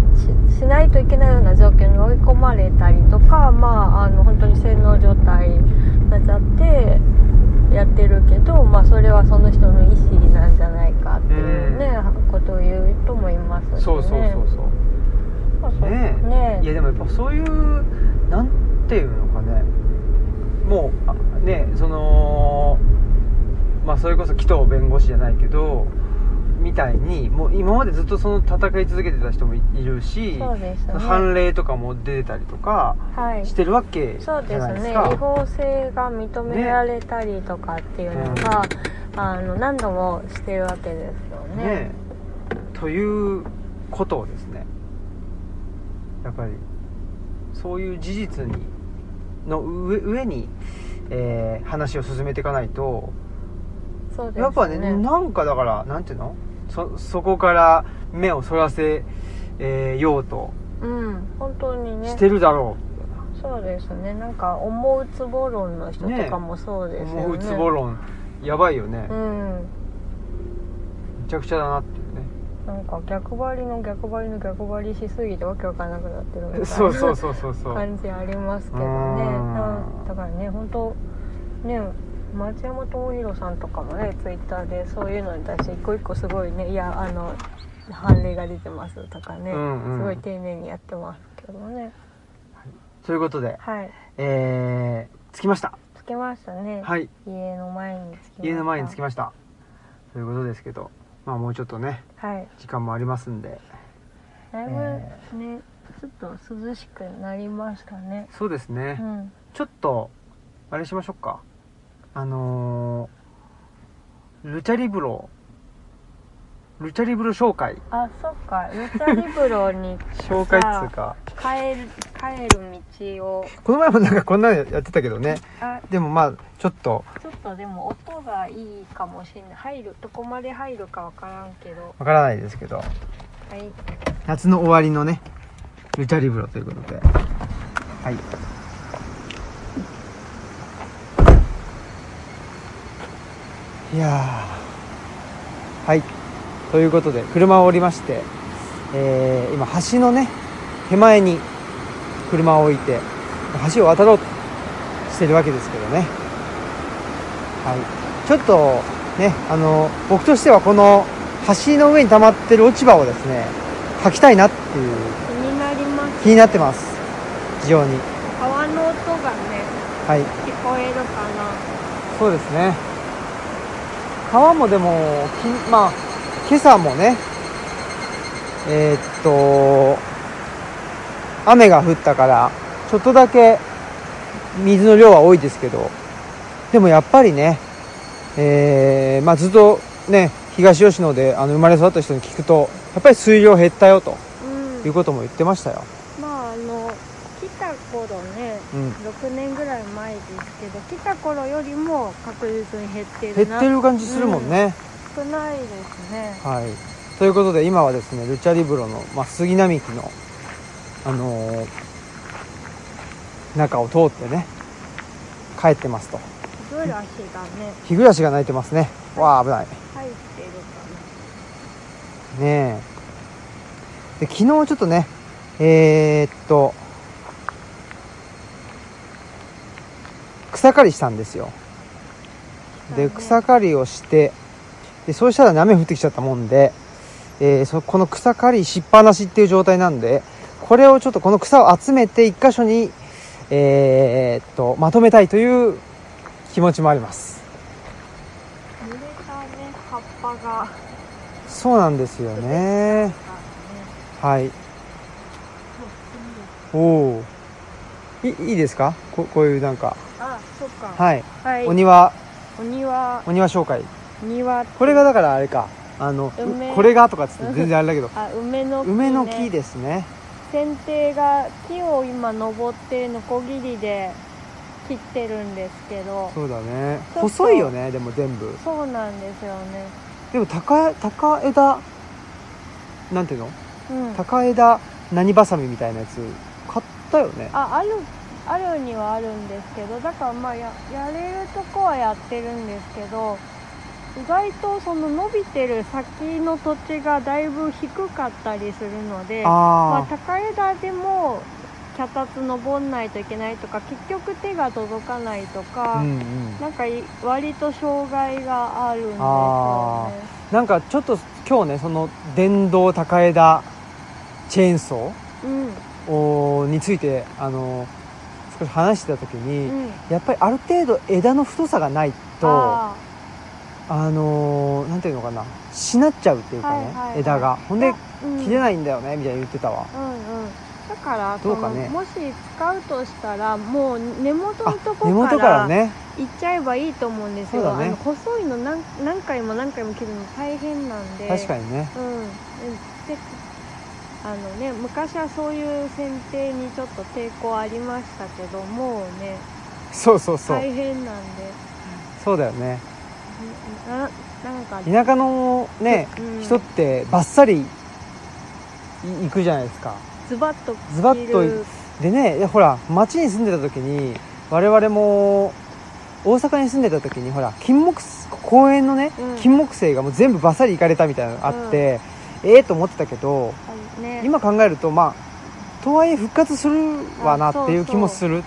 [SPEAKER 2] ししないといけないような状況に追い込まれたりとかまああの本当に洗脳状態になっちゃってやってるけどまあそれはその人の意思なんじゃないかっていうね、ことを言う人もいますしね
[SPEAKER 1] そうそうそうそう
[SPEAKER 2] まあそう
[SPEAKER 1] ねえ
[SPEAKER 2] ね
[SPEAKER 1] いやでもやっぱそういうなんていうのかねもうあねそのまあそれこそ紀藤弁護士じゃないけどみたいにもう今までずっとその戦い続けてた人もいいるし、
[SPEAKER 2] そうですね
[SPEAKER 1] 判例とかも出てたりとか
[SPEAKER 2] はい
[SPEAKER 1] してるわけじ
[SPEAKER 2] そ
[SPEAKER 1] ゃ
[SPEAKER 2] うです
[SPEAKER 1] ないです
[SPEAKER 2] ね
[SPEAKER 1] か。
[SPEAKER 2] 違法性が認められたりとかっていうのが、あの何度もしてるわけですよ
[SPEAKER 1] ね
[SPEAKER 2] ね
[SPEAKER 1] えということをですねやっぱりそういう事実にの上上に、えー話を進めていかないと、
[SPEAKER 2] そうですね
[SPEAKER 1] やっぱねなんかだからなんていうのそそこから目をそらせ、えーようと
[SPEAKER 2] うん本当にね
[SPEAKER 1] してるだろ
[SPEAKER 2] そうですねなんか思うつぼ論の人とかもそう
[SPEAKER 1] う、
[SPEAKER 2] ですよね
[SPEAKER 1] 思うつぼ論やばいよね、
[SPEAKER 2] うん
[SPEAKER 1] めちゃくちゃだなっていうね
[SPEAKER 2] なんか逆張りの逆張りの逆張りしすぎてわけわかんなくなってる みたい な
[SPEAKER 1] そうそうそうそうそう
[SPEAKER 2] 感じありますけど
[SPEAKER 1] う
[SPEAKER 2] ね
[SPEAKER 1] ん
[SPEAKER 2] なんだからね本当ね町山智博さんとかもねツイッターでそういうのに対して一個一個すごいねいやあの判例が出てますとかね、
[SPEAKER 1] うんうん
[SPEAKER 2] すごい丁寧にやってますけどね
[SPEAKER 1] ということで、
[SPEAKER 2] はい
[SPEAKER 1] えー、着きました
[SPEAKER 2] つけましたね、
[SPEAKER 1] はい
[SPEAKER 2] 家の前につきました
[SPEAKER 1] 家の前に着き
[SPEAKER 2] ま
[SPEAKER 1] ましたということですけどまあもうちょっとね
[SPEAKER 2] したはい
[SPEAKER 1] 時間もありますんで
[SPEAKER 2] だいぶ
[SPEAKER 1] え
[SPEAKER 2] ね、ちょっと涼しくなりましたね
[SPEAKER 1] そうですね、
[SPEAKER 2] うん
[SPEAKER 1] ちょっとあれしましょうかあのー、ルチャリブロルチャリブロ紹介
[SPEAKER 2] あそっかルチャリブロに
[SPEAKER 1] 紹介っつうか
[SPEAKER 2] 帰る帰る道を
[SPEAKER 1] この前もなんかこんなのやってたけどね
[SPEAKER 2] あ
[SPEAKER 1] でもまあちょっと
[SPEAKER 2] ちょっとでも音がいいかもしれない入るどこまで入るかわからんけど
[SPEAKER 1] わからないですけど
[SPEAKER 2] はい
[SPEAKER 1] 夏の終わりのねルチャリブロということではいいやーはいということで車を降りまして、えー今橋のね手前に車を置いて橋を渡ろうとしてるわけですけどねはいちょっとねあの僕としてはこの橋の上に溜まってる落ち葉をですね履きたいなっていう
[SPEAKER 2] 気になります
[SPEAKER 1] 気になってます非常に
[SPEAKER 2] 川の音がね
[SPEAKER 1] はい
[SPEAKER 2] 聞こえるかな
[SPEAKER 1] そうですね川もでもきまあ今朝もねえーっと雨が降ったからちょっとだけ水の量は多いですけどでもやっぱりねえーまあずっとね東吉野であの生まれ育った人に聞くとやっぱり水量減ったよと
[SPEAKER 2] うん
[SPEAKER 1] いうことも言ってましたよ、
[SPEAKER 2] まああの来た頃ね
[SPEAKER 1] うん、
[SPEAKER 2] 6年ぐらい前ですけど来た頃よりも確実に減ってる
[SPEAKER 1] 減っ
[SPEAKER 2] な
[SPEAKER 1] てる感じするもんね、
[SPEAKER 2] 少ないですね
[SPEAKER 1] はい、ということで今はですねルチャリブロの、まあ、杉並木の、あのー中を通ってね帰ってますと
[SPEAKER 2] すごい足がね
[SPEAKER 1] 日暮らしが鳴いてますねわあ危ない
[SPEAKER 2] 入ってる
[SPEAKER 1] ねえで昨日ちょっとねえーっと草刈りしたんですよで
[SPEAKER 2] かな
[SPEAKER 1] 草刈りをしてでそうしたら雨降ってきちゃったもんで、えーそこの草刈りしっぱなしっていう状態なんでこれをちょっとこの草を集めて一箇所に、えーっとまとめたいという気持ちもあります
[SPEAKER 2] 濡れたね葉っぱが
[SPEAKER 1] そうなんですよね
[SPEAKER 2] あね
[SPEAKER 1] はいおおいいいですかここういうなんか
[SPEAKER 2] あそっか
[SPEAKER 1] はい、
[SPEAKER 2] はい
[SPEAKER 1] お庭
[SPEAKER 2] お庭
[SPEAKER 1] お庭紹介
[SPEAKER 2] 庭
[SPEAKER 1] これがだからあれかあのう
[SPEAKER 2] 梅
[SPEAKER 1] これがとかっつって全然あれだ けど
[SPEAKER 2] あ梅の木、ね、
[SPEAKER 1] 梅の木ですね
[SPEAKER 2] 剪定が木を今登ってノコギリで切ってるんですけど
[SPEAKER 1] そうだね
[SPEAKER 2] ちょっと
[SPEAKER 1] 細いよねでも全部
[SPEAKER 2] そうなんですよね
[SPEAKER 1] でも高高枝なんていうの
[SPEAKER 2] うん
[SPEAKER 1] 高枝何バサミみたいなやつ買ったよね
[SPEAKER 2] ああるあるにはあるんですけどだからまあややれるとこはやってるんですけど意外とその伸びてる先の土地がだいぶ低かったりするのでまあ、
[SPEAKER 1] ああ
[SPEAKER 2] 高枝でも脚立登んないといけないとか結局手が届かないとか、
[SPEAKER 1] うんうん
[SPEAKER 2] なんかい割と障害があるんですよ
[SPEAKER 1] あ
[SPEAKER 2] ね。
[SPEAKER 1] なんかちょっと今日ねその電動高枝チェーンソ
[SPEAKER 2] うん
[SPEAKER 1] ーをについてあの少し話してた時に、
[SPEAKER 2] うん、
[SPEAKER 1] やっぱりある程度枝の太さがないとあ
[SPEAKER 2] あ
[SPEAKER 1] のーなんていうのかなしなっちゃうっていうかね、
[SPEAKER 2] はいはいはい
[SPEAKER 1] 枝がほんで
[SPEAKER 2] ーうん
[SPEAKER 1] 切れないんだよねみたいに言ってたわ
[SPEAKER 2] うんうんだからそ
[SPEAKER 1] どう
[SPEAKER 2] の
[SPEAKER 1] かね
[SPEAKER 2] もし使うとしたらもう根元
[SPEAKER 1] あ
[SPEAKER 2] のと
[SPEAKER 1] 根
[SPEAKER 2] こか
[SPEAKER 1] 元かららね
[SPEAKER 2] 行っちゃえばいいと思うんですよ、
[SPEAKER 1] そうだね
[SPEAKER 2] あの細いの何何回も何回も切るの大変なんで
[SPEAKER 1] 確かにね
[SPEAKER 2] うん、であのね昔はそういう剪定にちょっと抵抗ありましたけどもうね
[SPEAKER 1] そうそうそう、
[SPEAKER 2] 大変なんで
[SPEAKER 1] そうだよね
[SPEAKER 2] ななんか
[SPEAKER 1] 田舎のね、
[SPEAKER 2] うん
[SPEAKER 1] 人ってバッサリい行くじゃないですか
[SPEAKER 2] ズバッと
[SPEAKER 1] ズバッと
[SPEAKER 2] 切る
[SPEAKER 1] でねでほら町に住んでた時に我々も大阪に住んでた時にほら金木す公園のね、
[SPEAKER 2] うん
[SPEAKER 1] 金木犀がもう全部バッサリ行かれたみたいなのあって、ええと思ってたけど
[SPEAKER 2] あのね
[SPEAKER 1] 今考えるとまあとはいえ復活するわなっていう気もする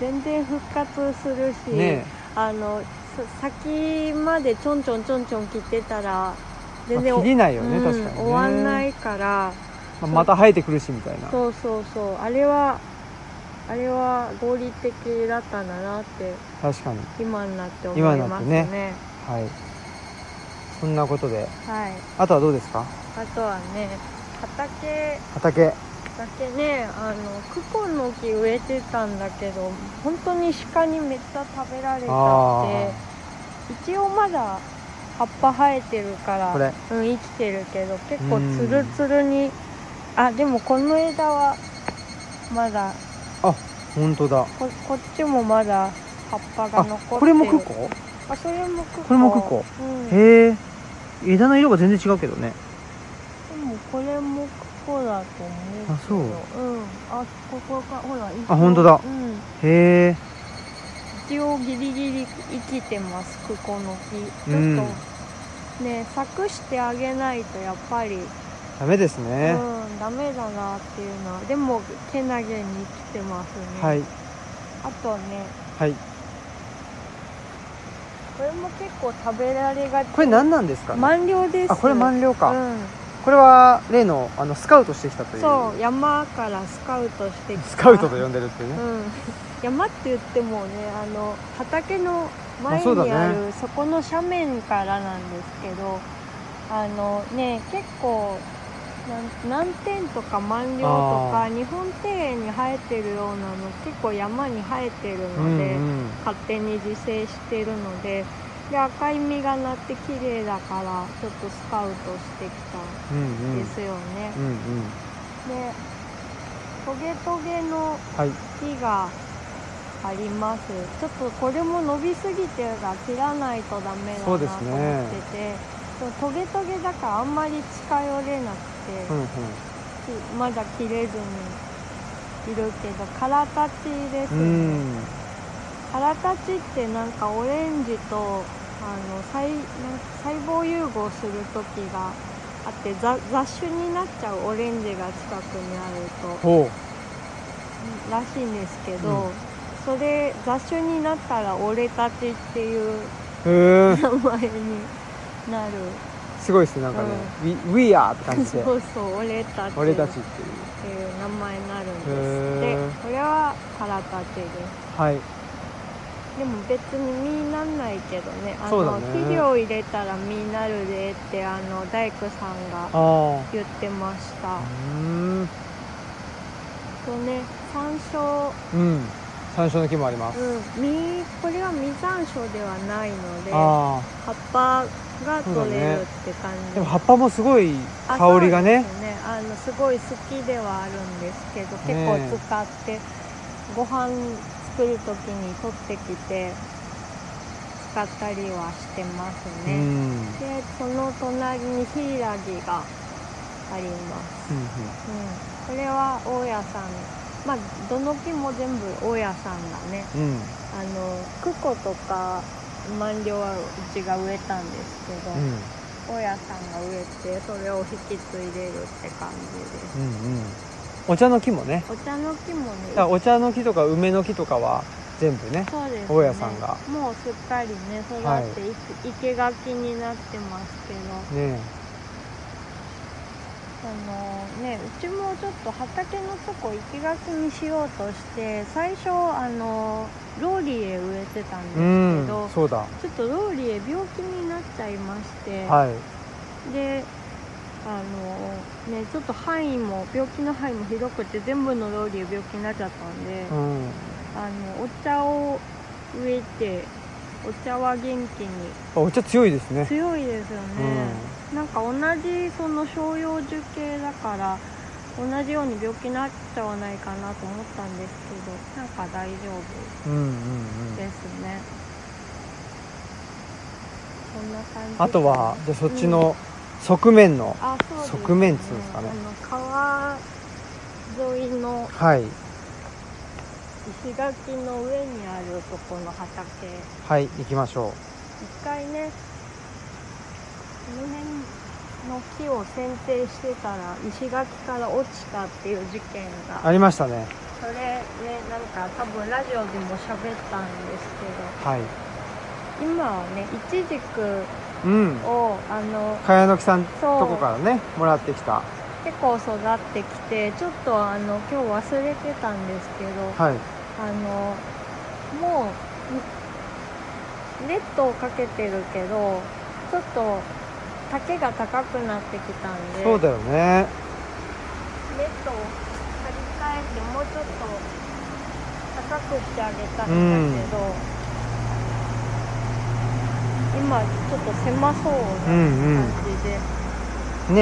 [SPEAKER 2] 全然復活するし、
[SPEAKER 1] ね
[SPEAKER 2] あのさ先までちょんちょんちょんちょん切ってたら全然
[SPEAKER 1] まあ切りないよね
[SPEAKER 2] うん
[SPEAKER 1] 確かにね
[SPEAKER 2] 終わんないから
[SPEAKER 1] まあまた生えてくるしみたいな
[SPEAKER 2] そうそうそうあれはあれは合理的だったんだなって
[SPEAKER 1] 確かに
[SPEAKER 2] 今になって思い
[SPEAKER 1] 今にな
[SPEAKER 2] ま
[SPEAKER 1] っ
[SPEAKER 2] す
[SPEAKER 1] て
[SPEAKER 2] ね
[SPEAKER 1] ねはいそんなことで
[SPEAKER 2] はい
[SPEAKER 1] あとはどうですか
[SPEAKER 2] あとはね畑
[SPEAKER 1] 畑
[SPEAKER 2] だけねあのクコの木植えてたんだけど本当に鹿にめっちゃ食べられ
[SPEAKER 1] あ
[SPEAKER 2] たって一応まだ葉っぱ生えてるから
[SPEAKER 1] これ
[SPEAKER 2] うん、生きてるけど結構ツルツルにあでもこの枝はまだ
[SPEAKER 1] 本当だ
[SPEAKER 2] ここっちもまだ葉っぱが
[SPEAKER 1] あ
[SPEAKER 2] 残ってる
[SPEAKER 1] これもクコ
[SPEAKER 2] あそれもクコ
[SPEAKER 1] これもクコ、
[SPEAKER 2] うん、で
[SPEAKER 1] へえ枝の色が全然違うけどね
[SPEAKER 2] もこれもクコだと思うけど
[SPEAKER 1] あそうん
[SPEAKER 2] あここがほら一応
[SPEAKER 1] あ本当だ
[SPEAKER 2] うん
[SPEAKER 1] へえ
[SPEAKER 2] 一応ギリギリ生きてますクコの木ちょっと、
[SPEAKER 1] うん
[SPEAKER 2] ね柵してあげないとやっぱり、
[SPEAKER 1] ダメですね、
[SPEAKER 2] うんダメだなっていうのはでもけなげに生きてますね
[SPEAKER 1] はい
[SPEAKER 2] あとね
[SPEAKER 1] はい
[SPEAKER 2] これも結構食べられがち
[SPEAKER 1] これ何なんですかね
[SPEAKER 2] 満了です
[SPEAKER 1] あこれ満了か、
[SPEAKER 2] うん
[SPEAKER 1] これは例のあのスカウトしてきたという
[SPEAKER 2] そう山からスカウトしてきた
[SPEAKER 1] スカウトと呼んでるっていう
[SPEAKER 2] う
[SPEAKER 1] ね、
[SPEAKER 2] ん山って言ってもねあの畑の前
[SPEAKER 1] あそうだ
[SPEAKER 2] に
[SPEAKER 1] ね
[SPEAKER 2] あるそこの斜面からなんですけどあのね結構なん南天とか万両と
[SPEAKER 1] あ
[SPEAKER 2] か日本庭園に生えてるようなの結構山に生えてるので、
[SPEAKER 1] うん
[SPEAKER 2] 勝手に自生してるのでで赤い実がなって綺麗だからちょっとスカウトしてきた
[SPEAKER 1] うん
[SPEAKER 2] ん
[SPEAKER 1] うん
[SPEAKER 2] ですよね。
[SPEAKER 1] うんうん
[SPEAKER 2] でトゲトゲの
[SPEAKER 1] はい
[SPEAKER 2] 木がありますちょっとこれも伸びすぎてるから切らないとダメだなと
[SPEAKER 1] そ
[SPEAKER 2] 思
[SPEAKER 1] う
[SPEAKER 2] って
[SPEAKER 1] ですね
[SPEAKER 2] て、でもトゲトゲだからあんまり近寄れなく
[SPEAKER 1] う
[SPEAKER 2] て、
[SPEAKER 1] んうん
[SPEAKER 2] きまだ切れずにいるけど空立ちです
[SPEAKER 1] う
[SPEAKER 2] ね、
[SPEAKER 1] ん
[SPEAKER 2] 腹立ちってなんかオレンジとあの細なんか細胞融合する時があってざ雑種になっちゃうオレンジが近くにあると
[SPEAKER 1] ほ
[SPEAKER 2] らしいんですけど、
[SPEAKER 1] うん
[SPEAKER 2] それ雑種になったらオレたちってい
[SPEAKER 1] う
[SPEAKER 2] う
[SPEAKER 1] へえ
[SPEAKER 2] 名前になる
[SPEAKER 1] すごいですねなんかね、We, We are って感じで
[SPEAKER 2] そうそうオレたちってい
[SPEAKER 1] 俺
[SPEAKER 2] う
[SPEAKER 1] たちっていう
[SPEAKER 2] 名前になるんです
[SPEAKER 1] へ
[SPEAKER 2] っ
[SPEAKER 1] ー
[SPEAKER 2] てこれは腹立ちです
[SPEAKER 1] はい
[SPEAKER 2] でも別に実になんないけどねあ
[SPEAKER 1] そう
[SPEAKER 2] の
[SPEAKER 1] だね
[SPEAKER 2] 肥料入れたら実になるでってあの大工さんが
[SPEAKER 1] あ
[SPEAKER 2] 言ってました
[SPEAKER 1] あうん
[SPEAKER 2] とね山椒、
[SPEAKER 1] うん山椒の木もあります、
[SPEAKER 2] うん、実これは実山椒ではないので葉
[SPEAKER 1] ああ
[SPEAKER 2] っぱが取れるって感じ、
[SPEAKER 1] でも葉っぱもすごい
[SPEAKER 2] あ
[SPEAKER 1] 香りがね
[SPEAKER 2] そうですねあのすごい好きではあるんですけど結
[SPEAKER 1] ねえ
[SPEAKER 2] 構使ってご飯作る時に取ってきて使ったりはしてますね、
[SPEAKER 1] うん、うん
[SPEAKER 2] でその隣にヒイラギがあります、うん、これは大家さんまあどの木も全部大家さんがね
[SPEAKER 1] うんうん
[SPEAKER 2] あのクコとか万両はうちが植えたんですけど、
[SPEAKER 1] うん
[SPEAKER 2] 大家さんが植えてそれを引き継いでるって感じです
[SPEAKER 1] うんうんお茶の木もね
[SPEAKER 2] お茶の木も
[SPEAKER 1] だから
[SPEAKER 2] ね
[SPEAKER 1] お茶の木とか梅の木とかは全部ね
[SPEAKER 2] そうですね
[SPEAKER 1] 大家さんが
[SPEAKER 2] もうすっかりね育って、
[SPEAKER 1] はい
[SPEAKER 2] いく生垣になってますけど
[SPEAKER 1] ね
[SPEAKER 2] あのね、うちもちょっと畑のとこ生垣にしようとして最初あのローリエ植えてたんです
[SPEAKER 1] う
[SPEAKER 2] けど、
[SPEAKER 1] んそうだ
[SPEAKER 2] ちょっとローリエ病気になっちゃいまして、
[SPEAKER 1] はい
[SPEAKER 2] であのねちょっと範囲も病気の範囲もひどくて全部のロウリュウ病気になっちゃったんで、
[SPEAKER 1] うん
[SPEAKER 2] あのお茶を植えてお茶は元気に
[SPEAKER 1] あお茶強いですね
[SPEAKER 2] 強いですよね、なんか同じその照葉樹系だから同じように病気になっちゃわないかなと思ったんですけどなんか大丈夫
[SPEAKER 1] うんうんうん
[SPEAKER 2] ですね、こんな感じ
[SPEAKER 1] あとはじゃあそっちの側面の、
[SPEAKER 2] あそうです、
[SPEAKER 1] 側面っつうんですかね
[SPEAKER 2] あの川沿いの
[SPEAKER 1] はい
[SPEAKER 2] 石垣の上にあるとこの畑
[SPEAKER 1] はい行きましょ
[SPEAKER 2] 一回ねこの辺の木を剪定してたら石垣から落ちたっていう事件
[SPEAKER 1] う
[SPEAKER 2] が
[SPEAKER 1] ありましたね
[SPEAKER 2] それねなんか多分ラジオでも喋ったんです
[SPEAKER 1] はい
[SPEAKER 2] けど今はねイチジク
[SPEAKER 1] うん
[SPEAKER 2] をあの
[SPEAKER 1] 茅野木さん
[SPEAKER 2] そ
[SPEAKER 1] と
[SPEAKER 2] う
[SPEAKER 1] こからねもらってきた
[SPEAKER 2] 結構育ってきてちょっとあの今日忘れてたんですけど
[SPEAKER 1] はい
[SPEAKER 2] あのもうネットをかけてるけどちょっと丈が高くなってきたんで
[SPEAKER 1] そうだよね
[SPEAKER 2] ネットを張り替えてもうちょっと高くしてあげたいんだけど、今ちょっと狭そうな感じで、
[SPEAKER 1] ね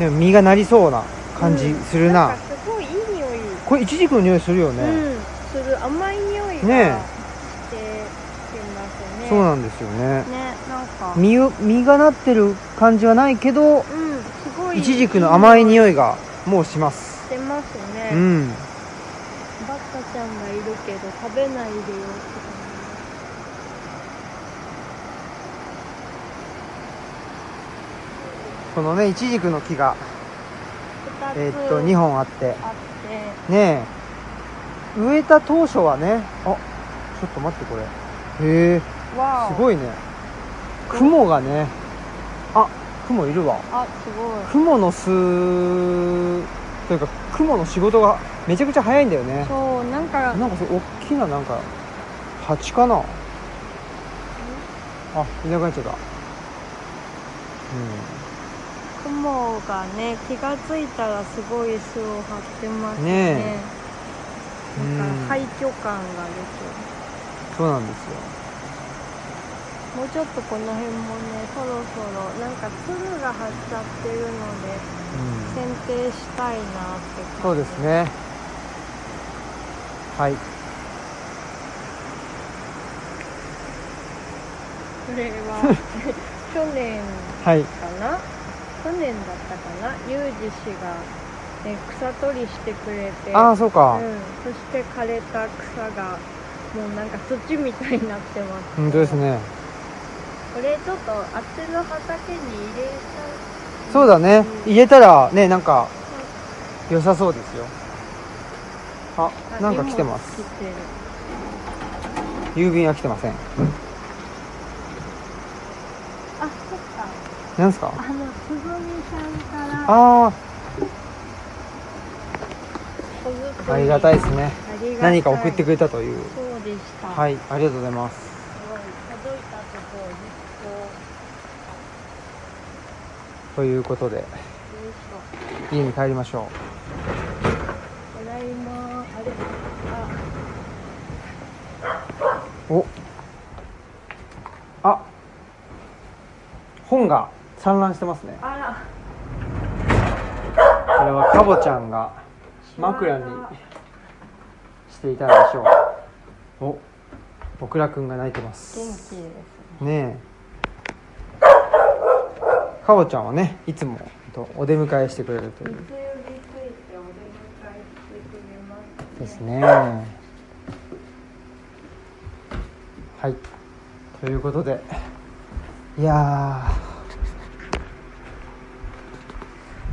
[SPEAKER 1] えでも実がなりそうな感じするな,、
[SPEAKER 2] うんんかすごいいい匂い、
[SPEAKER 1] これイチジクの匂いするよね、
[SPEAKER 2] うんする甘い匂いがしてきて
[SPEAKER 1] ね
[SPEAKER 2] ますね
[SPEAKER 1] そうなんですよね
[SPEAKER 2] ねなんか
[SPEAKER 1] 実を実がなってる感じはないけど
[SPEAKER 2] うんすごい
[SPEAKER 1] イチジクの甘い匂
[SPEAKER 2] い
[SPEAKER 1] いがもうします
[SPEAKER 2] してますね、
[SPEAKER 1] うん
[SPEAKER 2] バッタちゃんがいるけど食べないでよって
[SPEAKER 1] このねイチジクの木が
[SPEAKER 2] 感じ
[SPEAKER 1] え
[SPEAKER 2] 2つ
[SPEAKER 1] ーっと2本あって
[SPEAKER 2] あって
[SPEAKER 1] ねえ植えた当初はねあちょっと待ってこれへえ
[SPEAKER 2] わお
[SPEAKER 1] すごいね雲がねあ雲いるわ
[SPEAKER 2] あすご
[SPEAKER 1] 雲の巣というか雲の仕事がめちゃくちゃ早いんだよね
[SPEAKER 2] いそうなんか
[SPEAKER 1] なんかそう大きななんか蜂かなあいなくなっちゃった
[SPEAKER 2] 雲がね気がついたらすごい巣を張ってますね
[SPEAKER 1] ねうん
[SPEAKER 2] なんか廃
[SPEAKER 1] うん
[SPEAKER 2] 墟感が出て
[SPEAKER 1] そうなんですよ
[SPEAKER 2] るもうちょっとこの辺もねそろそろなんか鶴が張っちゃってる
[SPEAKER 1] う
[SPEAKER 2] ので
[SPEAKER 1] ん
[SPEAKER 2] 剪定したいなって感じ
[SPEAKER 1] そうですねはい
[SPEAKER 2] これ は去年
[SPEAKER 1] はい
[SPEAKER 2] かな去年だったかなユージ氏が、ね、草取りしてくれて
[SPEAKER 1] ああそうか
[SPEAKER 2] うん、そして枯れた草がもうなんか土みたいになってます
[SPEAKER 1] 本当ですね
[SPEAKER 2] これちょっとあっちの畑に入れちゃう
[SPEAKER 1] そうだね
[SPEAKER 2] ん
[SPEAKER 1] 入れたらねなんか良さそうですよあ
[SPEAKER 2] あ
[SPEAKER 1] なんか来てます
[SPEAKER 2] 今来てる
[SPEAKER 1] 郵便は来てません
[SPEAKER 2] あそっか
[SPEAKER 1] なんですか
[SPEAKER 2] あのつぼみさんから
[SPEAKER 1] あ
[SPEAKER 2] 小包
[SPEAKER 1] あありがたいですね
[SPEAKER 2] ありがたい
[SPEAKER 1] 何か送ってくれたという
[SPEAKER 2] そうでした
[SPEAKER 1] はいいありがとうございます
[SPEAKER 2] 数えたところ10
[SPEAKER 1] ということで
[SPEAKER 2] 個
[SPEAKER 1] 家
[SPEAKER 2] よいしょ
[SPEAKER 1] に帰りましょ
[SPEAKER 2] ただいまあれあ
[SPEAKER 1] うおあ本が散乱してますねこ
[SPEAKER 2] あら
[SPEAKER 1] れはカボちゃんが枕にしていたでしょうおぼくらくんが泣いてます
[SPEAKER 2] 元気です
[SPEAKER 1] ねえかおちゃんはねいつもほんとお出迎えしてくれるという
[SPEAKER 2] 水曜日ついてお出迎えしてくれます
[SPEAKER 1] ですねはいということでいやー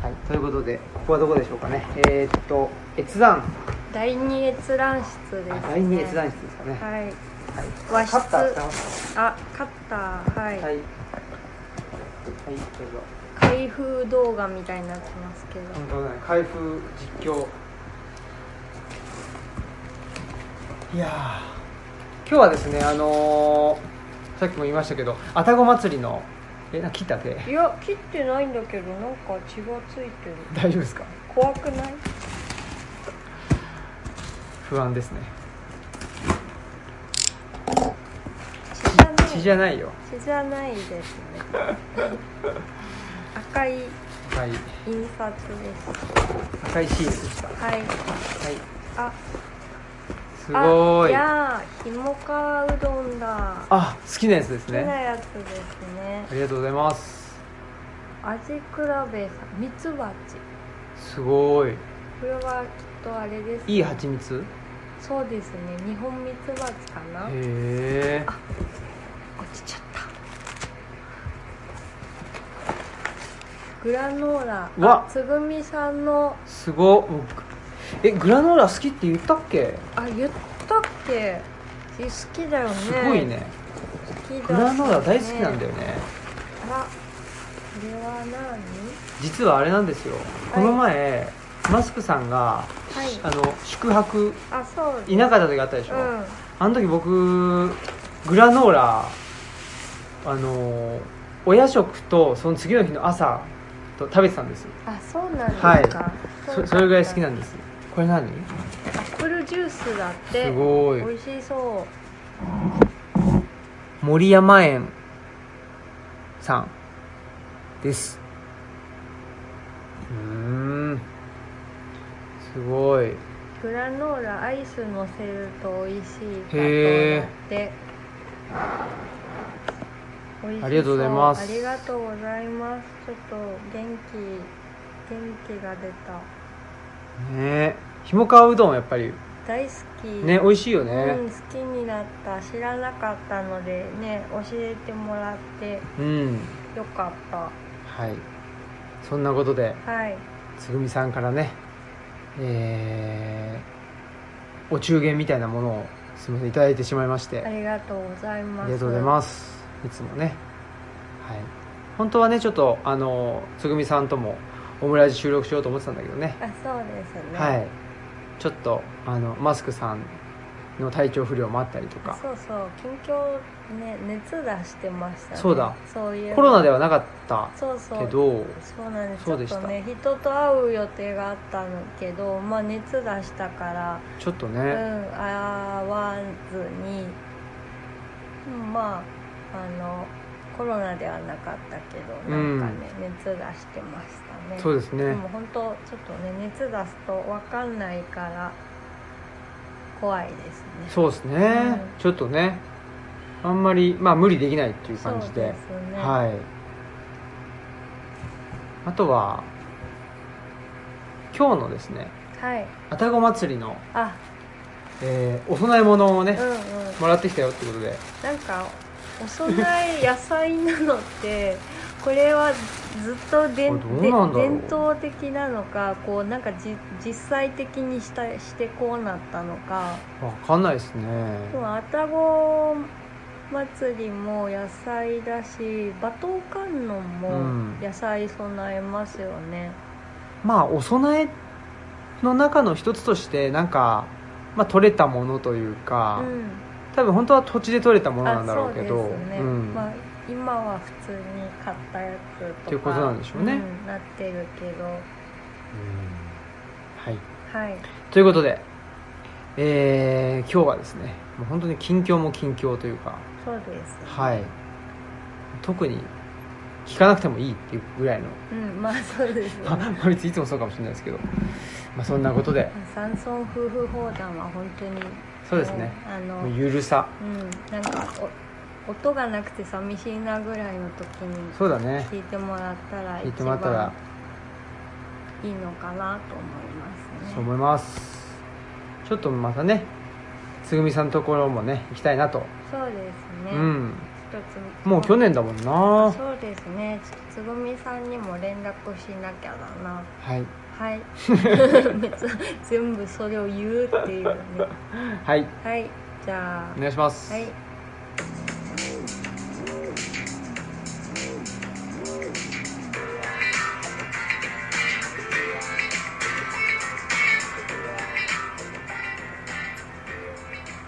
[SPEAKER 1] はいということでここはどこでしょうかねえー、っと閲覧
[SPEAKER 2] 第二閲覧室です、ね、
[SPEAKER 1] 第二閲覧室ですかね、
[SPEAKER 2] はい
[SPEAKER 1] は
[SPEAKER 2] 和
[SPEAKER 1] い、
[SPEAKER 2] 室
[SPEAKER 1] カッター使います
[SPEAKER 2] あカッターはい、
[SPEAKER 1] はいはいどうぞ
[SPEAKER 2] 開封動画みたいになってますけど
[SPEAKER 1] 本当だね開封実況いやー今日はですねあのーさっきも言いましたけど愛宕祭りのえなんか切った手
[SPEAKER 2] いや切ってないんだけどなんか血がついてる
[SPEAKER 1] 大丈夫ですか
[SPEAKER 2] 怖くない
[SPEAKER 1] 不安ですね
[SPEAKER 2] 血じゃない
[SPEAKER 1] 血じゃないよ
[SPEAKER 2] 血じゃないですね赤いイン
[SPEAKER 1] 赤い
[SPEAKER 2] サートです
[SPEAKER 1] 赤いシールでしたは
[SPEAKER 2] はい
[SPEAKER 1] い
[SPEAKER 2] あ
[SPEAKER 1] すご
[SPEAKER 2] あ
[SPEAKER 1] ーいあ
[SPEAKER 2] やーひもかわうどんだ
[SPEAKER 1] 好きなやつです
[SPEAKER 2] 好きな
[SPEAKER 1] ね
[SPEAKER 2] やつですね
[SPEAKER 1] ありがとうございます
[SPEAKER 2] 味比べさんミツバチ
[SPEAKER 1] すごーい
[SPEAKER 2] これはきっとあれですね
[SPEAKER 1] いい蜂蜜
[SPEAKER 2] そうですね日本ミツバチかな落
[SPEAKER 1] へえ
[SPEAKER 2] ちちゃったグラノーラ
[SPEAKER 1] うわ
[SPEAKER 2] あつぐみさんの
[SPEAKER 1] すごっえグラノーラ好きって言ったっけ
[SPEAKER 2] あ言ったっけえ好きだよね
[SPEAKER 1] すごいね
[SPEAKER 2] 好きだ
[SPEAKER 1] グラノーラ大好きなんだよね
[SPEAKER 2] あこれは何
[SPEAKER 1] 実はあれなんですよこの前マスクさんが
[SPEAKER 2] はい
[SPEAKER 1] あの宿泊
[SPEAKER 2] あそう
[SPEAKER 1] いなかった時あったでしょ、
[SPEAKER 2] うん
[SPEAKER 1] あの時僕グラノーラあのー親食とその次の日の朝と食べてたんですよ
[SPEAKER 2] あそうなんですか、
[SPEAKER 1] はい
[SPEAKER 2] そ
[SPEAKER 1] そ
[SPEAKER 2] う
[SPEAKER 1] それぐらい好きなん
[SPEAKER 2] だっ
[SPEAKER 1] ですこれ何
[SPEAKER 2] たアップルジュースだって
[SPEAKER 1] すごい
[SPEAKER 2] 美味しそう
[SPEAKER 1] 森山園さんですうーんすごい
[SPEAKER 2] グラノーラアイスのせると美味しい砂糖
[SPEAKER 1] へー
[SPEAKER 2] だって美味しそう
[SPEAKER 1] ありがとうございます
[SPEAKER 2] ありがとうございますちょっと元気元気が出た
[SPEAKER 1] ねひもかわうどんやっぱり
[SPEAKER 2] 大好き
[SPEAKER 1] ね美味しいよね
[SPEAKER 2] うん、好きになった知らなかったのでね教えてもらって
[SPEAKER 1] うん、
[SPEAKER 2] よかった
[SPEAKER 1] はいそんなことで
[SPEAKER 2] はい
[SPEAKER 1] つぐみさんからねえーお中元みたいなものをすみませんいただいてしまいまして、
[SPEAKER 2] ありがとうございます
[SPEAKER 1] ありがとうございますいつもねはい本当はねちょっとあのつぐみさんともオムライス収録しようと思ってたんだけどね
[SPEAKER 2] あそうですね
[SPEAKER 1] はいちょっとあのマスクさんの体調不良もあったりとか
[SPEAKER 2] そうそう近況ね熱出してましたね
[SPEAKER 1] そうだ
[SPEAKER 2] そういう
[SPEAKER 1] コロナではなかった
[SPEAKER 2] そうそう
[SPEAKER 1] けど
[SPEAKER 2] そうなんです
[SPEAKER 1] そうでした
[SPEAKER 2] ちょっとね人と会う予定があったんだけどまあ熱出したから
[SPEAKER 1] ちょっと
[SPEAKER 2] うん
[SPEAKER 1] ね、
[SPEAKER 2] 会わずにうんまああのコロナではなかったけどなんかね、熱出してましたね
[SPEAKER 1] そうですね、
[SPEAKER 2] でも本当ちょっとね熱出すと分かんないから怖いですね
[SPEAKER 1] そうですね、
[SPEAKER 2] うん
[SPEAKER 1] ちょっとねあんまりまあ無理できないっていう感じ
[SPEAKER 2] そう
[SPEAKER 1] で
[SPEAKER 2] ですね
[SPEAKER 1] はいあとは今日のですね
[SPEAKER 2] はい
[SPEAKER 1] 愛宕祭りの、
[SPEAKER 2] あ
[SPEAKER 1] えーお供え物をね、
[SPEAKER 2] うんうん
[SPEAKER 1] もらってきたよってことで
[SPEAKER 2] なんかお供え野菜なのって これはずっと伝
[SPEAKER 1] これどうなんだろう
[SPEAKER 2] 伝統的なのかこうなんかじ実際的にしたしてこうなったのか
[SPEAKER 1] わかんないですね
[SPEAKER 2] でも愛宕祭りも野菜だし馬頭観
[SPEAKER 1] う
[SPEAKER 2] 音
[SPEAKER 1] ん
[SPEAKER 2] も野菜供えますよね、
[SPEAKER 1] まあお供えの中の一つとしてなんか、まあ、取れたものという
[SPEAKER 2] う
[SPEAKER 1] か、
[SPEAKER 2] ん
[SPEAKER 1] 多分本当は土地で取れたものなんだろうけ
[SPEAKER 2] あ
[SPEAKER 1] ど
[SPEAKER 2] そうですね、
[SPEAKER 1] ん
[SPEAKER 2] まあ、今は普通に買ったやつとか
[SPEAKER 1] っていうことなんでしょうね
[SPEAKER 2] んなってるけど
[SPEAKER 1] はい
[SPEAKER 2] はい
[SPEAKER 1] ということで、えー今日はですねもう本当に近況も近況というか、
[SPEAKER 2] そうです
[SPEAKER 1] はい、特に聞かなくてもいいっていうぐらいの、
[SPEAKER 2] うんまあそうですよ
[SPEAKER 1] ま
[SPEAKER 2] ね
[SPEAKER 1] あ、別にいつもそうかもしれないですけど、まあ、そんなことで
[SPEAKER 2] 山村夫婦砲弾は本当に
[SPEAKER 1] そうですね
[SPEAKER 2] あの
[SPEAKER 1] もうゆるさ
[SPEAKER 2] うんなんかお音がなくて寂しいなぐらいの時に
[SPEAKER 1] そうだね
[SPEAKER 2] 聞いてもらったら
[SPEAKER 1] 聞い
[SPEAKER 2] 一
[SPEAKER 1] てもらったら
[SPEAKER 2] 番いいのかなと思います
[SPEAKER 1] そう
[SPEAKER 2] ね
[SPEAKER 1] 思いますちょっとまたねつぐみさんのところもね行きたいなと、
[SPEAKER 2] そうですね、
[SPEAKER 1] うん
[SPEAKER 2] ちょっと
[SPEAKER 1] もう去年だもんな
[SPEAKER 2] そうですねちょっとつぐみさんにも連絡しなきゃだな
[SPEAKER 1] はい
[SPEAKER 2] はい別全部それを言うっていうね
[SPEAKER 1] はい
[SPEAKER 2] はいじゃあ
[SPEAKER 1] お願いします、
[SPEAKER 2] はい。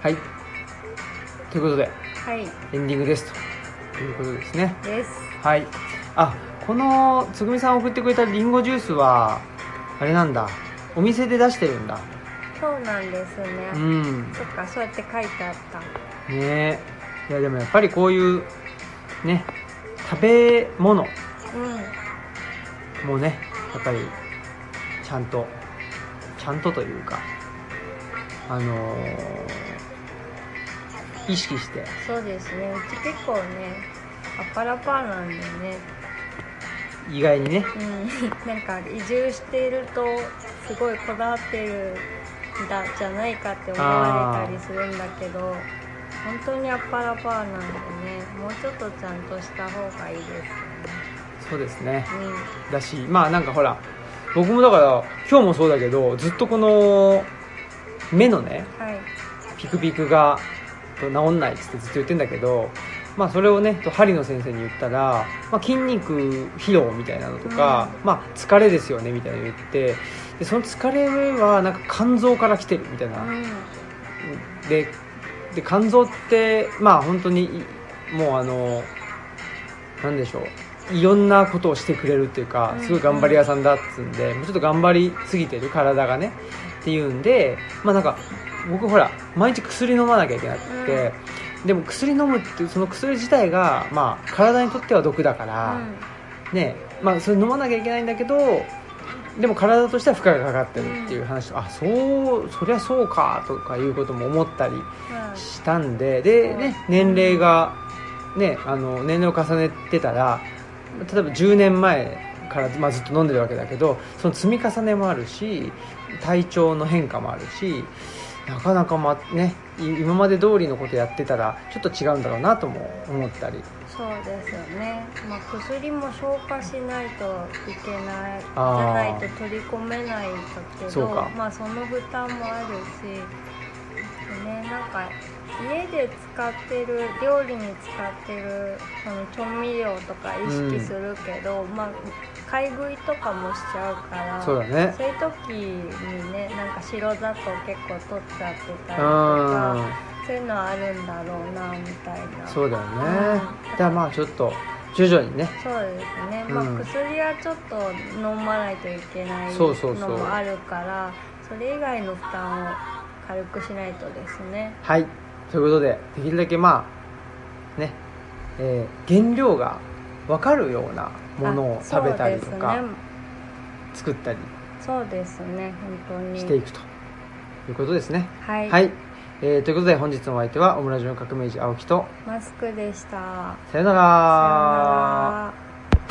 [SPEAKER 1] はいということで
[SPEAKER 2] はい。
[SPEAKER 1] エンディングですとということですね
[SPEAKER 4] です
[SPEAKER 1] はいあこのつぐみさん送ってくれたリンゴジュースはあれなんだお店で出してるんだ
[SPEAKER 2] そうなんですね、
[SPEAKER 1] うん
[SPEAKER 2] そっかそうやって書いてあった
[SPEAKER 1] ねえいやでもやっぱりこういうね食べ物
[SPEAKER 2] うん
[SPEAKER 1] もねやっぱりちゃんとちゃんとというかあのー意識して
[SPEAKER 2] そうですねうち結構ねアパラパーなんでね
[SPEAKER 1] 意外にね
[SPEAKER 2] うんなん か移住しているとすごいこだわってるんだじゃないかって思われたりするんだけど本当にアッパラパーなんでねもうちょっとちゃんとした方がいいですよね
[SPEAKER 1] そうですね
[SPEAKER 2] うん
[SPEAKER 1] だしまあなんかほら僕もだから今日もそうだけどずっとこの目のね
[SPEAKER 2] はい
[SPEAKER 1] ピクピクが治んないっつってずっと言ってんだけど、まあ、それをね針の先生に言ったら、まあ、筋肉疲労みたいなのとか、まあ、疲れですよねみたいなの言ってでその疲れはなんか肝臓から来てるみたいな、
[SPEAKER 2] うん
[SPEAKER 1] でで肝臓ってまあ本当にいもうあのなんでしょういろんなことをしてくれるっていうかすごい頑張り屋さんだっつうんで、もうちょっと頑張りすぎてる体がねっていうんでまあなんか僕ほら毎日薬飲まなきゃいけなくて、でも薬飲むってその薬自体がまあ体にとっては毒だから、ねまあそれ飲まなきゃいけないんだけどでも体としては負荷がかかってるっていう話と、あそうそりゃそうかとかいうことも思ったりしたんでで、ね、年齢が、ね、あの年齢を重ねてたら例えば10年前から、まあ、ずっと飲んでるわけだけどその積み重ねもあるし体調の変化もあるしなかなか、まね、い今まで通りのことやってたらちょっと違うんだろうなとも思ったり
[SPEAKER 2] そうですよね、まあ、薬も消化しないといけないじ
[SPEAKER 1] あー
[SPEAKER 2] ゃないと取り込めないんだけ
[SPEAKER 1] そう
[SPEAKER 2] ど
[SPEAKER 1] か
[SPEAKER 2] まあ、その負担もあるし、ね、なんか家で使ってる料理に使ってるその調味料とか意識するけど、まあ、買い食いとかもしちゃうから
[SPEAKER 1] そうだね
[SPEAKER 2] そういう時にねなんか白砂糖結構取っちゃって
[SPEAKER 1] うん
[SPEAKER 2] たりとかそういうのはあるんだろうなみたいな。
[SPEAKER 1] そうだよねだからまあちょっと徐々にね
[SPEAKER 2] そうですね、まあ
[SPEAKER 1] うん
[SPEAKER 2] 薬はちょっと飲まないといけない
[SPEAKER 1] そうそうそう
[SPEAKER 2] のもあるからそれ以外の負担を軽くしないとですね
[SPEAKER 1] はいということでできるだけまあねえー原料が分かるようなものを
[SPEAKER 2] あ
[SPEAKER 1] 食べたりとか、作ったり
[SPEAKER 2] そうですねそうですね本当に
[SPEAKER 1] していくということですね
[SPEAKER 2] はい、
[SPEAKER 1] はい、えーということで本日のお相手はオムラジオの革命児青木と
[SPEAKER 2] マスクでした
[SPEAKER 1] さよなら
[SPEAKER 2] さようなら